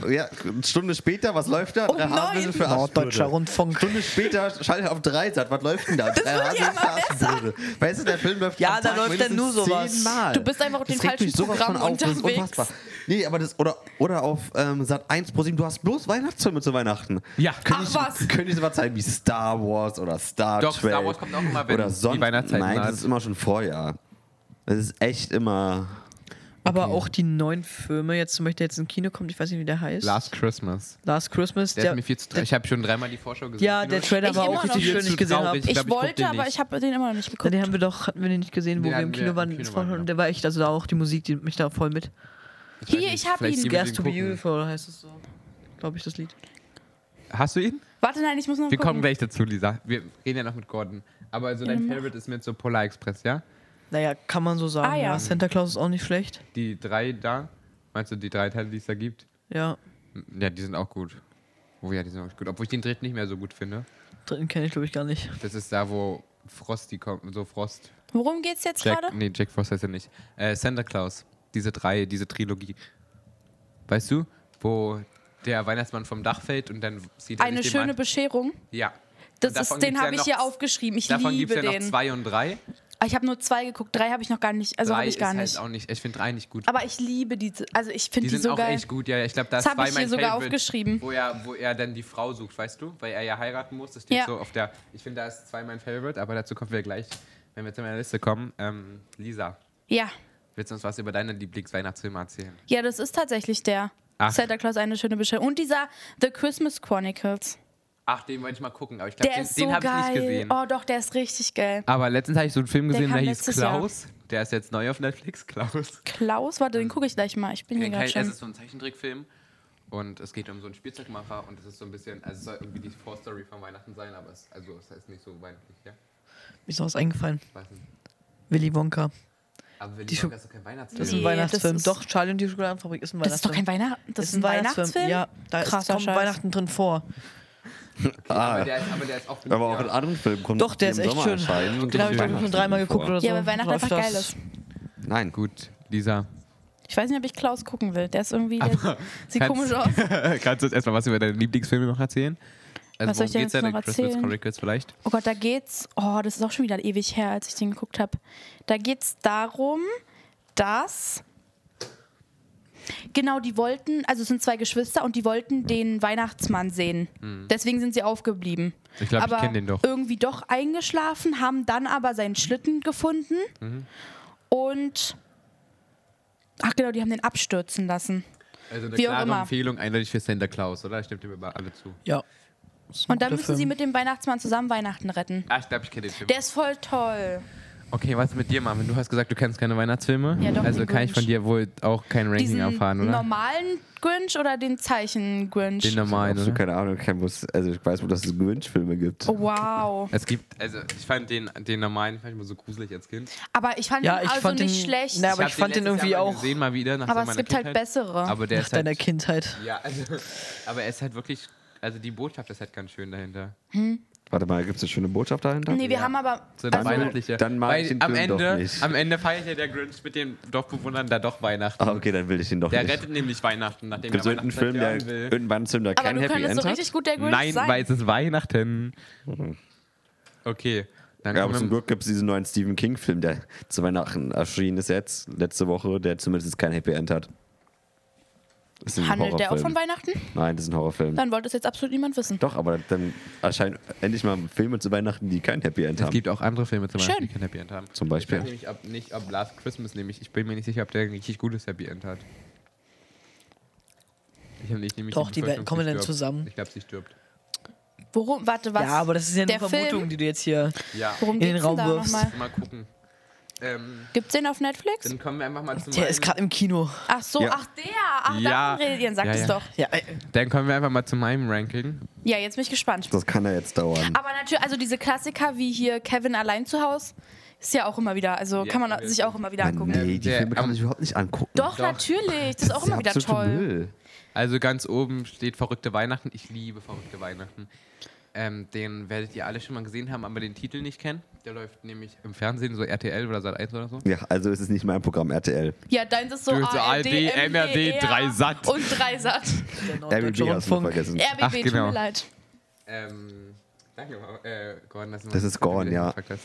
S2: MDR?
S1: Ja, eine Stunde später, was läuft da?
S2: Um
S1: drei Haselnüsse
S2: neun.
S1: für
S3: Norddeutscher
S1: Aschenbrödel.
S3: Rundfunk.
S1: Stunde später schaltet er auf Dreisat. Was läuft denn da? Drei
S2: wird ja
S1: Haselnüsse für Aschenbrödel. Weißt du, der Film läuft
S3: Ja,
S1: am
S3: da
S1: Tag
S3: läuft dann
S1: mindestens
S3: nur sowas.
S1: zehnmal.
S2: Du bist einfach auf
S1: Das
S2: den
S1: regt mich
S2: falschen
S1: sowas
S2: Programm
S1: von auf, das ist
S2: unterwegs.
S1: unfassbar. Nee, aber das, oder, oder auf ähm, Sat 1 pro 7, du hast bloß Weihnachtsfilme zu Weihnachten.
S4: Ja.
S1: Könnte
S2: Ach
S1: ich,
S2: was.
S1: Könnte ich sowas zeigen wie Star Wars oder Star
S4: Doch,
S1: Trek.
S4: Star Wars kommt auch immer, wenn
S1: oder
S4: die
S1: sonst.
S4: Weihnachtszeit
S1: Nein,
S4: naht.
S1: das ist immer schon Vorjahr. Das ist echt immer.
S3: Aber auch die neuen Filme, jetzt zum Beispiel, der jetzt ins Kino kommt, ich weiß nicht, wie der heißt.
S4: Last Christmas.
S3: Last Christmas.
S4: Der, ist mir viel zu traurig. Ich habe schon dreimal die Vorschau gesehen.
S3: ja, der Trailer
S2: Ich
S3: war
S2: immer
S3: auch
S2: noch
S3: richtig
S2: viel
S3: schön,
S4: zu
S3: ich gesehen habe.
S4: traurig. Ich
S2: Ich,
S4: glaub, ich guck
S2: wollte,
S4: den
S2: aber
S4: nicht.
S2: ich habe den immer noch nicht
S3: Ja,
S2: geguckt.
S3: den haben wir doch, hatten wir den nicht gesehen, wo
S4: Den
S3: wir im
S4: hatten wir
S3: Kino
S4: im
S3: waren.
S4: Kino
S3: das
S4: waren,
S3: war-
S4: ja.
S3: und der war echt, also da auch die Musik, die nimmt mich da voll mit.
S2: Hier, ich hab ihn.
S3: Gas to be beautiful heißt es so, glaube ich, das Lied.
S4: Hast du ihn?
S2: Warte, nein, ich muss noch
S4: Wir kommen
S2: gucken.
S4: gleich dazu, Lisa. Wir reden ja noch mit Gordon. Aber also dein Favorite ist mir so Polar Express, ja?
S3: Naja, kann man so sagen.
S2: Ah, ja.
S3: ja. Santa Claus ist auch nicht schlecht.
S4: Die drei da. Meinst du die drei Teile, die es da gibt?
S3: Ja.
S4: Ja, die sind auch gut. Oh ja, die sind auch gut. Obwohl ich den dritten nicht mehr so gut finde.
S3: Dritten kenne ich, glaube ich, gar nicht.
S4: Das ist da, wo Frosty kommt, so Frost.
S2: Worum geht's jetzt
S4: Jack,
S2: gerade?
S4: nee, Jack Frost heißt er nicht. Äh, Santa Claus. Diese drei, diese Trilogie. Weißt du, wo der Weihnachtsmann vom Dach fällt und dann sieht er
S2: Eine
S4: sich
S2: schöne
S4: jemand-
S2: Bescherung.
S4: Ja.
S2: Das
S4: Davon
S2: ist, den
S4: gibt's ja
S2: habe ich
S4: noch-
S2: hier aufgeschrieben. Ich
S4: Davon gibt
S2: liebe
S4: es ja noch
S2: den.
S4: zwei und drei.
S2: Ah, Ich habe nur zwei geguckt, drei habe ich noch gar nicht. Also
S4: drei
S2: habe ich gar
S4: ist
S2: nicht.
S4: Halt auch nicht. Ich finde drei nicht gut.
S2: Aber ich liebe diese. Also ich
S4: die
S2: finde die,
S4: sind
S2: so
S4: auch
S2: geil.
S4: echt gut. Ja, ja, ich glaube, das
S2: Das hab
S4: war
S2: ich
S4: mein
S2: hier sogar
S4: Favorite,
S2: aufgeschrieben.
S4: Wo er, wo er dann die Frau sucht, weißt du? Weil er ja heiraten muss. Das steht
S2: Ja.
S4: so auf der. Ich finde, da ist zwei mein Favorite, aber dazu kommen wir gleich, wenn wir zu meiner Liste kommen. Ähm, Lisa,
S2: Ja.
S4: willst du uns was über deine Lieblingsweihnachtsfilme erzählen?
S2: Ja, das ist tatsächlich der.
S4: Ach.
S2: Santa Claus, eine schöne Bescherung. Und dieser The Christmas Chronicles.
S4: Ach, den wollte ich mal gucken, aber ich glaube,
S2: Der
S4: den,
S2: ist so
S4: den habe ich nicht
S2: geil.
S4: gesehen. Ah.
S2: Oh doch, der ist richtig geil.
S4: Aber letztens habe ich so einen Film
S2: Der
S4: gesehen, der,
S2: kam
S4: hieß
S2: letztes Jahr.
S4: Klaus. Der ist jetzt neu auf Netflix, [LAUGHS] Klaus.
S2: Klaus, warte, den
S4: Ähm,
S2: gucke ich gleich mal. Ich bin hier
S4: Kein,
S2: gerade
S4: es
S2: schon.
S4: ist so ein Zeichentrickfilm und es geht um so einen Spielzeugmacher und es ist so ein bisschen, also es soll irgendwie die Vorstory von Weihnachten sein, aber es, also es ist nicht so weihnachtlich, ja?
S3: Mir ist noch was eingefallen.
S4: Ich weiß nicht.
S3: Willy Wonka.
S4: Aber Willy
S3: Die Schu-
S4: Wonka ist doch kein
S3: Das ist
S4: Weihnachtsfilm.
S3: ein
S2: Nee,
S3: Weihnachtsfilm.
S2: das ist-
S3: Doch, Charlie und die Schokoladenfabrik ist ein
S2: Das ist doch
S3: Weihnachtsfilm.
S2: kein Weihnachten. Das ist ein Weihnachtsfilm?
S3: Ja, da ist,
S2: Krasser
S3: kommt
S2: Scheiß.
S3: Weihnachten drin vor.
S4: Aber
S1: Ah,
S4: der ist, aber der ist auch gut.
S1: aber auch
S4: ja.
S1: in anderen Filmen kommt
S3: Doch,
S1: die
S3: der ist
S1: im
S3: echt
S1: Sommer
S3: schön.
S1: erscheinen und
S3: Den habe ich, glaube ich, schon
S1: Weihnachten
S3: dreimal geguckt
S1: vor.
S3: oder so.
S4: Also,
S2: Ja, weil Weihnachten
S3: Läuft
S2: einfach geil
S3: das-
S2: ist.
S1: Nein, gut.
S4: Gut, Lisa.
S2: Ich weiß nicht, ob ich Klaus gucken will. Der ist irgendwie. Der sieht
S4: kannst- [LAUGHS]
S2: komisch aus.
S4: Kannst du jetzt erstmal was über deine Lieblingsfilme noch erzählen? Also
S2: Was soll ich denn
S4: geht's
S2: jetzt
S4: denn in
S2: noch
S4: Christmas
S2: erzählen?
S4: Chronicles vielleicht?
S2: Oh Gott, da geht's. Oh, das ist auch schon wieder ewig her, als ich den geguckt habe. Da geht's darum, dass. Genau, die wollten, also es sind zwei Geschwister und die wollten den Weihnachtsmann sehen. Deswegen sind sie aufgeblieben.
S4: Mhm. Ich glaube, ich
S2: aber
S4: kenne den doch.
S2: irgendwie doch eingeschlafen, haben dann aber seinen Schlitten gefunden
S4: Mhm.
S2: und ach genau, die haben den abstürzen lassen.
S4: Also eine
S2: Wie auch
S4: klare
S2: immer.
S4: Empfehlung eindeutig für Santa Claus, oder? Stimmt dem über alle zu.
S3: Ja. Ist ein
S2: Und dann
S3: guter
S2: müssen
S3: Film.
S2: sie mit dem Weihnachtsmann zusammen Weihnachten retten.
S4: Ah, ich glaube, ich kenne den Film.
S2: Der ist voll toll.
S4: Okay, was mit dir, Marvin? Du hast gesagt, du kennst keine Weihnachtsfilme.
S2: Ja, doch,
S4: also
S2: den
S4: kann ich von
S2: Grinch.
S4: dir wohl auch kein Ranking
S2: Diesen
S4: erfahren, oder?
S2: normalen Grinch oder den Zeichen-Grinch?
S4: Den normalen,
S1: Absolut
S4: oder?
S1: keine Ahnung, kein Bus. Also ich weiß, wo das Grinch-Filme gibt.
S2: Oh, wow.
S4: Es gibt, also ich fand den, den normalen fand ich mal so gruselig als Kind.
S2: Aber ich fand
S3: Ja,
S2: ihn
S3: ich
S2: also
S3: fand den-
S2: nicht schlecht.
S3: Na, aber ich
S4: hab
S3: fand den
S4: letztes
S3: irgendwie
S4: Jahr mal
S3: auch-
S4: gesehen, mal wieder, nach
S2: aber
S4: so
S2: es
S4: meiner
S2: gibt halt
S4: Kindheit.
S2: bessere.
S4: Aber der
S3: Nach
S4: ist halt,
S3: deiner Kindheit.
S4: Ja, also, aber er ist halt wirklich, also die Botschaft ist halt ganz schön dahinter.
S1: Warte mal, gibt es eine schöne Botschaft dahinter?
S2: nee, wir
S4: Ja.
S2: haben aber.
S4: So eine
S1: Also,
S4: weihnachtliche.
S1: dann mag ich
S4: Weil
S1: den
S4: am
S1: Film
S4: Ende,
S1: doch nicht.
S4: Am Ende feiert ja der Grinch mit den Dorfbewohnern da doch Weihnachten.
S1: Ah, okay, dann will ich den doch
S4: Der
S1: nicht.
S4: rettet nämlich Weihnachten, nachdem
S1: Gibt es
S4: er
S1: irgendeinen Film, der,
S4: Weihnachtszeit hören will.
S1: irgendeinen Weihnachtsfilm, der
S2: Aber
S1: kein
S2: du
S1: Happy
S2: könntest
S1: End
S2: so
S1: hat?
S2: richtig gut der Grinch
S4: Nein,
S2: sein.
S4: weil es ist Weihnachten. Okay. Dann
S1: Ja,
S4: kommen
S1: aber
S4: wir-
S1: zum Glück gibt es diesen neuen Stephen King-Film, der zu Weihnachten erschienen ist jetzt, letzte Woche, der zumindest kein Happy End hat. Das ist ein
S2: Handelt der auch
S1: Horrorfilm.
S2: von Weihnachten?
S1: Nein, das ist ein Horrorfilm.
S2: Dann wollte es jetzt absolut niemand wissen.
S1: Doch, aber dann erscheinen endlich mal Filme zu Weihnachten, die kein Happy End
S4: Es
S1: haben.
S4: gibt auch andere Filme zum Beispiel,
S2: Schön.
S4: die kein Happy End haben.
S1: Zum Beispiel.
S4: Ich weiß nämlich, ob, nicht, ob Last Christmas nämlich. Ich bin mir nicht sicher, ob der ein richtig gutes Happy End hat. Ich hab nicht, nämlich
S3: Doch, die
S4: Befürchtung,
S3: werden- kommen
S4: sie
S3: dann
S4: stirbt.
S3: zusammen.
S4: Ich glaube, sie stirbt.
S2: Worum? Warte, was?
S3: Ja, aber das ist ja eine
S2: Der
S3: Vermutung,
S2: Film,
S3: die du jetzt hier.
S4: Ja.
S2: worum
S3: in den
S2: geht's
S3: Raum
S2: denn da
S3: wirfst.
S2: nochmal?
S4: Mal gucken. Ähm,
S2: Gibt's den auf Netflix?
S4: dann kommen wir einfach mal zu
S3: Der
S4: meinem-
S3: ist gerade im Kino.
S2: Ach so,
S1: Ja.
S2: ach der. Ach,
S4: Ja.
S2: davon redet ihr. Dann sagt
S4: Ja,
S2: es
S4: ja.
S2: doch.
S3: Ja, äh,
S4: Dann kommen wir einfach mal zu meinem Ranking.
S2: Ja, jetzt bin ich gespannt.
S1: Das kann ja jetzt dauern.
S2: Aber natürlich, also diese Klassiker wie hier Kevin allein zu Hause, ist ja auch immer wieder, also
S4: Ja,
S2: kann man
S4: aber
S2: sich
S4: jetzt-
S2: auch immer wieder
S1: Mann,
S2: angucken.
S1: nee, die
S4: Der-
S1: Filme kann
S4: am-
S1: man sich überhaupt nicht angucken.
S2: Doch,
S4: Doch.
S2: natürlich, das ist auch
S1: Das ist
S2: immer wieder
S1: absolute
S2: toll.
S1: Müll.
S4: Also ganz oben steht verrückte Weihnachten. Ich liebe verrückte Weihnachten. Ähm, den werdet ihr alle schon mal gesehen haben, aber den Titel nicht kennen. Der läuft nämlich im Fernsehen, so RTL oder Sat 1 oder so.
S1: Ja, also ist es nicht mein Programm RTL.
S2: Ja, deins ist so
S4: Du, so
S2: ARD,
S4: ARD, MRD,
S2: MDR
S4: drei satt.
S2: Und drei satt.
S3: der
S1: RBB
S3: Norddeutsche
S1: hast du
S3: Rundfunk.
S1: vergessen.
S2: RBB,
S4: Ach,
S2: tut
S4: genau.
S2: mir leid.
S4: Ähm, danke, äh, Gordon. Dass du
S1: Das
S4: mal-
S1: ist Gordon,
S4: dass du
S1: ja.
S4: gefragt hast.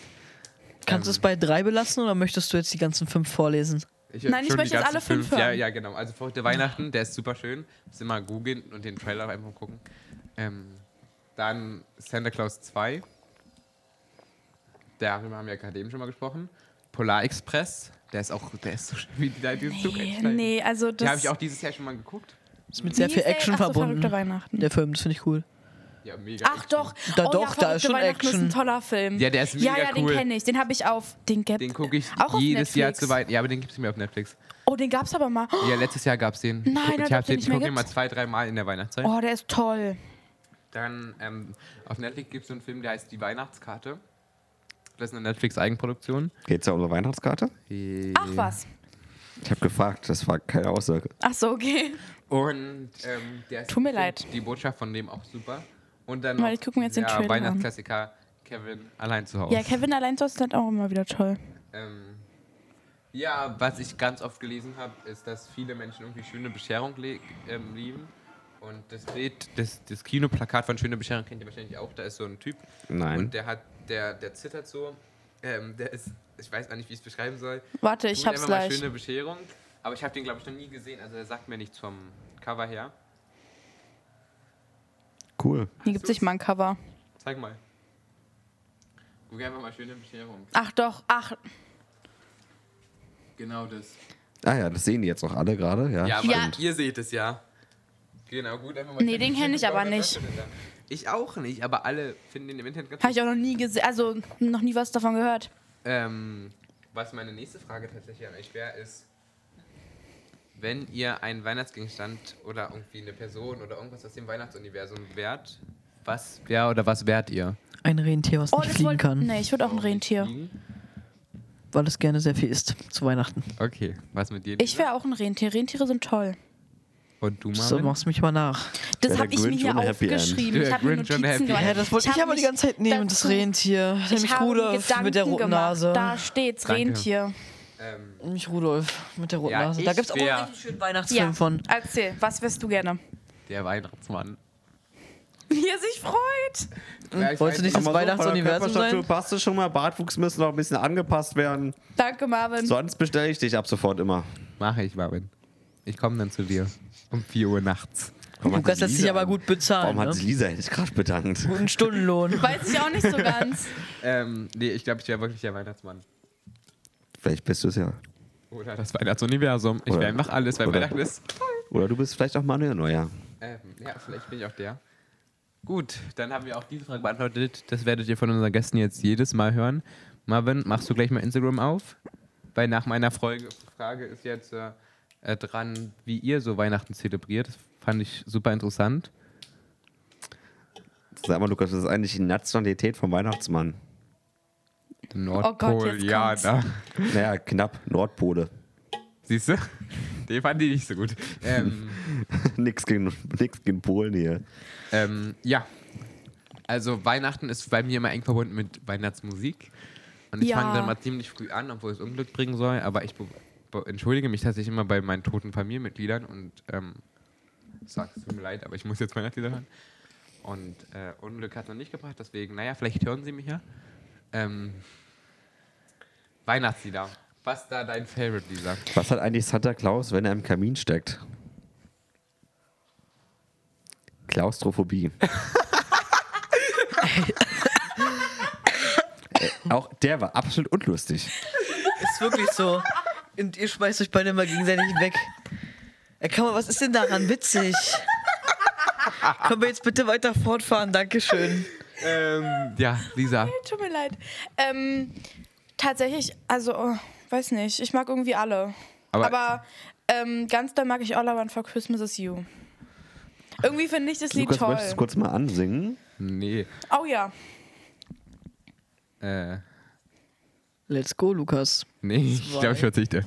S3: Kannst du
S2: Ähm.
S3: es bei drei belassen oder möchtest du jetzt die ganzen fünf vorlesen?
S2: Nein, ich
S4: schon die
S2: möchte jetzt
S4: ganzen
S2: alle fünf
S4: Ja,
S2: hören.
S4: ja, genau. Also verrückte Weihnachten, der ist super schön. Müsst ihr mal googeln und den Trailer einfach mal gucken. Ähm, dann Santa Claus 2. Darüber haben wir gerade eben schon mal gesprochen. Polar Express, der ist auch, der ist so schön, wie die da in diesen Zug
S2: Nee,
S4: einsteigen.
S2: nee, also das.
S4: Den habe ich auch dieses Jahr schon mal geguckt.
S3: Ist mit sehr
S2: Wie
S3: viel
S2: ist der?
S3: Action
S2: Ach so,
S3: verbunden.
S2: Verrückte Weihnachten.
S3: Der Film, das finde ich cool.
S4: Ja, mega.
S2: Ach doch.
S3: Da
S2: oh, ja,
S3: doch, da ist
S2: Verrückte
S3: schon
S2: Weihnachten Ist
S3: Action.
S2: ein toller Film.
S4: Ja, der ist
S2: Ja,
S4: mega
S2: ja,
S4: cool.
S2: den kenne ich. Den habe ich auf. Den, gab-
S4: Den gucke ich
S2: auch auf
S4: jedes Jahr
S2: Netflix.
S4: zu weit. Ja, aber den gibt es nicht mehr auf Netflix.
S2: Oh, den gab's aber mal.
S4: Ja, letztes Jahr gab es den.
S2: Nein,
S4: ich
S2: als
S4: gucke
S2: ob den nicht mehr
S4: den mal
S2: gibt.
S4: zwei, drei Mal in der Weihnachtszeit.
S2: Oh, der ist toll.
S4: Dann ähm, auf Netflix gibt es so einen Film, der heißt Die Weihnachtskarte. Das ist eine Netflix-Eigenproduktion.
S1: Geht's ja um eine Weihnachtskarte?
S2: Ach was.
S1: Ich habe gefragt, das war keine Aussage.
S2: Ach so, okay.
S4: Und ähm, der ist
S2: Tut mir
S4: ich find
S2: leid.
S4: Die Botschaft von dem auch super. Und dann
S2: Weil
S4: noch
S2: ich guck mir jetzt den
S4: der
S2: Trailer an.
S4: Weihnachtsklassiker Kevin allein zu Hause.
S2: Ja, Kevin allein zu Hause ist halt auch immer wieder toll.
S4: Ähm, ja, was ich ganz oft gelesen habe, ist, dass viele Menschen irgendwie Schöne Bescherung le- ähm, lieben. Und das Bild, das, das Kinoplakat von Schöne Bescherung kennt ihr wahrscheinlich auch. Da ist so ein Typ.
S1: Nein.
S4: Und der hat, der, der zittert so. Ähm, der ist, ich weiß auch nicht, wie ich es beschreiben soll.
S2: Warte, ich
S4: Gut,
S2: hab's
S4: einfach mal
S2: gleich.
S4: Schöne Bescherung. Aber ich habe den, glaube ich, noch nie gesehen. Also, er sagt mir nichts vom Cover her.
S1: Cool.
S2: Hier gibt's nicht mal ein Cover.
S4: Zeig mal. Guck einfach mal Schöne Bescherung.
S2: Ach doch, ach,
S4: Genau das.
S1: Ah ja, das sehen die jetzt auch alle gerade. Ja,
S4: Ja, aber
S2: Ja.
S4: ihr seht es ja. Genau, gut, einfach mal.
S2: Nee, den kenn ich aber nicht.
S4: Ich auch nicht, aber alle finden den im Internet ganz
S2: habe ich auch noch nie gesehen, also noch nie was davon gehört.
S4: Ähm, was meine nächste Frage tatsächlich an euch wäre, ist, wenn ihr einen Weihnachtsgegenstand oder irgendwie eine Person oder irgendwas aus dem Weihnachtsuniversum wärt, was wäre oder was wärt ihr?
S3: Ein Rentier, was
S2: Oh,
S3: nicht
S2: das
S3: fliegen
S2: wollte.
S3: kann,
S2: Nee, ich würde auch ein Rentier.
S3: weil es gerne sehr viel isst zu Weihnachten.
S4: Okay, was mit dir?
S2: Ich wäre auch ein Rentier. Rentiere sind toll.
S4: Und du,
S3: So,
S4: Marvin?
S3: machst mich mal nach.
S1: Ja,
S2: Das
S1: der
S2: habe ich mir
S1: Grinch
S2: hier
S1: ohne Happy End.
S2: aufgeschrieben.
S4: Der
S2: Ich habe mir
S4: Grinch ohne
S2: Notizen
S4: Happy
S2: gemacht.
S4: End.
S3: Ja, das wollte ich
S2: hab
S3: aber die
S2: mich
S3: ganze Zeit nehmen, das
S2: dazu-
S3: Rentier. Nämlich
S2: hab mir
S3: Rudolf
S2: Gedanken
S3: mit der roten
S2: gemacht.
S3: Nase.
S2: Da steht's,
S4: Danke.
S2: Rentier.
S4: Ähm,
S3: Nämlich Rudolf mit der roten
S4: Ja,
S3: Nase. Da
S4: ich
S3: gibt es auch
S4: wär-
S3: einen richtig schönen Weihnachtsfilm von.
S2: erzähl, was wärst du gerne? [LAUGHS]
S4: der Weihnachtsmann.
S2: Wie er sich freut.
S4: Ja, ich
S3: Hm, wolltest du
S4: weiß
S3: nicht- Das Weihnachtsuniversum sein?
S1: passt es schon mal. Bartwuchs müsste noch ein bisschen angepasst werden.
S2: Danke,
S3: Hm.
S2: Marvin.
S1: Sonst bestelle ich dich ab sofort immer.
S4: Mache ich, Marvin. Ich komme dann zu dir. Um 4 Uhr nachts.
S1: Warum hat
S3: Lukas
S1: sich
S3: lässt sich
S1: Lisa-
S3: aber gut bezahlen.
S1: Warum hat sich
S3: Ne?
S1: Lisa eigentlich gerade
S3: [LAUGHS]
S1: bedankt? [LAUGHS]
S3: Guten Stundenlohn.
S2: Weiß ich auch nicht so ganz.
S4: Ähm, nee, ich glaube, ich wäre wirklich der Weihnachtsmann.
S1: Vielleicht bist du es ja.
S4: Oder das Weihnachtsuniversum. Ich
S1: Oder-
S4: wäre einfach alles, weil
S1: oder-
S4: Weihnachten ist.
S1: Oder du bist vielleicht auch Manuel Neuer.
S4: Ähm, ja, vielleicht bin ich auch der. Gut, dann haben wir auch diese Frage beantwortet. Das werdet ihr von unseren Gästen jetzt jedes Mal hören. Marvin, machst du gleich mal Instagram auf? Weil nach meiner Folge, Frage ist jetzt äh, äh, dran, wie ihr so Weihnachten zelebriert. Das fand ich super interessant.
S2: Oh
S1: Sag mal, Lukas, das ist eigentlich die Nationalität vom Weihnachtsmann.
S2: Gott, jetzt
S4: Nordpolianer.
S1: Naja, knapp. Nordpole. [LAUGHS]
S4: Siehst du? Den fand ich nicht so gut. Ähm,
S1: nix, gegen, nix gegen Polen hier.
S4: Ähm, ja. Also Weihnachten ist bei mir immer eng verbunden mit Weihnachtsmusik. Und ich
S2: Ja.
S4: fange dann mal ziemlich früh an, obwohl es Unglück bringen soll. Aber ich be- be- entschuldige mich tatsächlich immer bei meinen toten Familienmitgliedern und ähm, sag, es tut mir leid, aber ich muss jetzt Weihnachtslieder hören. Und äh, Unglück hat noch nicht gebracht, deswegen, naja, vielleicht hören sie mich ja. Ähm, Weihnachtslieder. Was ist da dein Favorite, Lisa?
S1: Was hat eigentlich Santa Claus, wenn er im Kamin steckt?
S2: [LAUGHS]
S1: Klaustrophobie. Äh, Auch der war absolut unlustig.
S3: ist wirklich so. Und ihr schmeißt euch beide mal gegenseitig weg. Ey, kann man, was ist denn daran witzig? Können wir jetzt bitte weiter fortfahren? Dankeschön.
S4: Ähm, ja, Lisa.
S2: Tut mir leid. Ähm, tatsächlich, also, oh, weiß nicht. Ich mag irgendwie alle.
S4: Aber-
S2: Aber, ähm, ganz doll mag ich All I Want for Christmas is You. Irgendwie finde ich das Lied
S1: Lukas,
S2: toll.
S1: möchtest du kurz mal ansingen?
S4: Nee.
S2: Oh ja.
S4: Äh,
S3: Let's go, Lukas.
S4: nee, ich glaube, ich verzichte.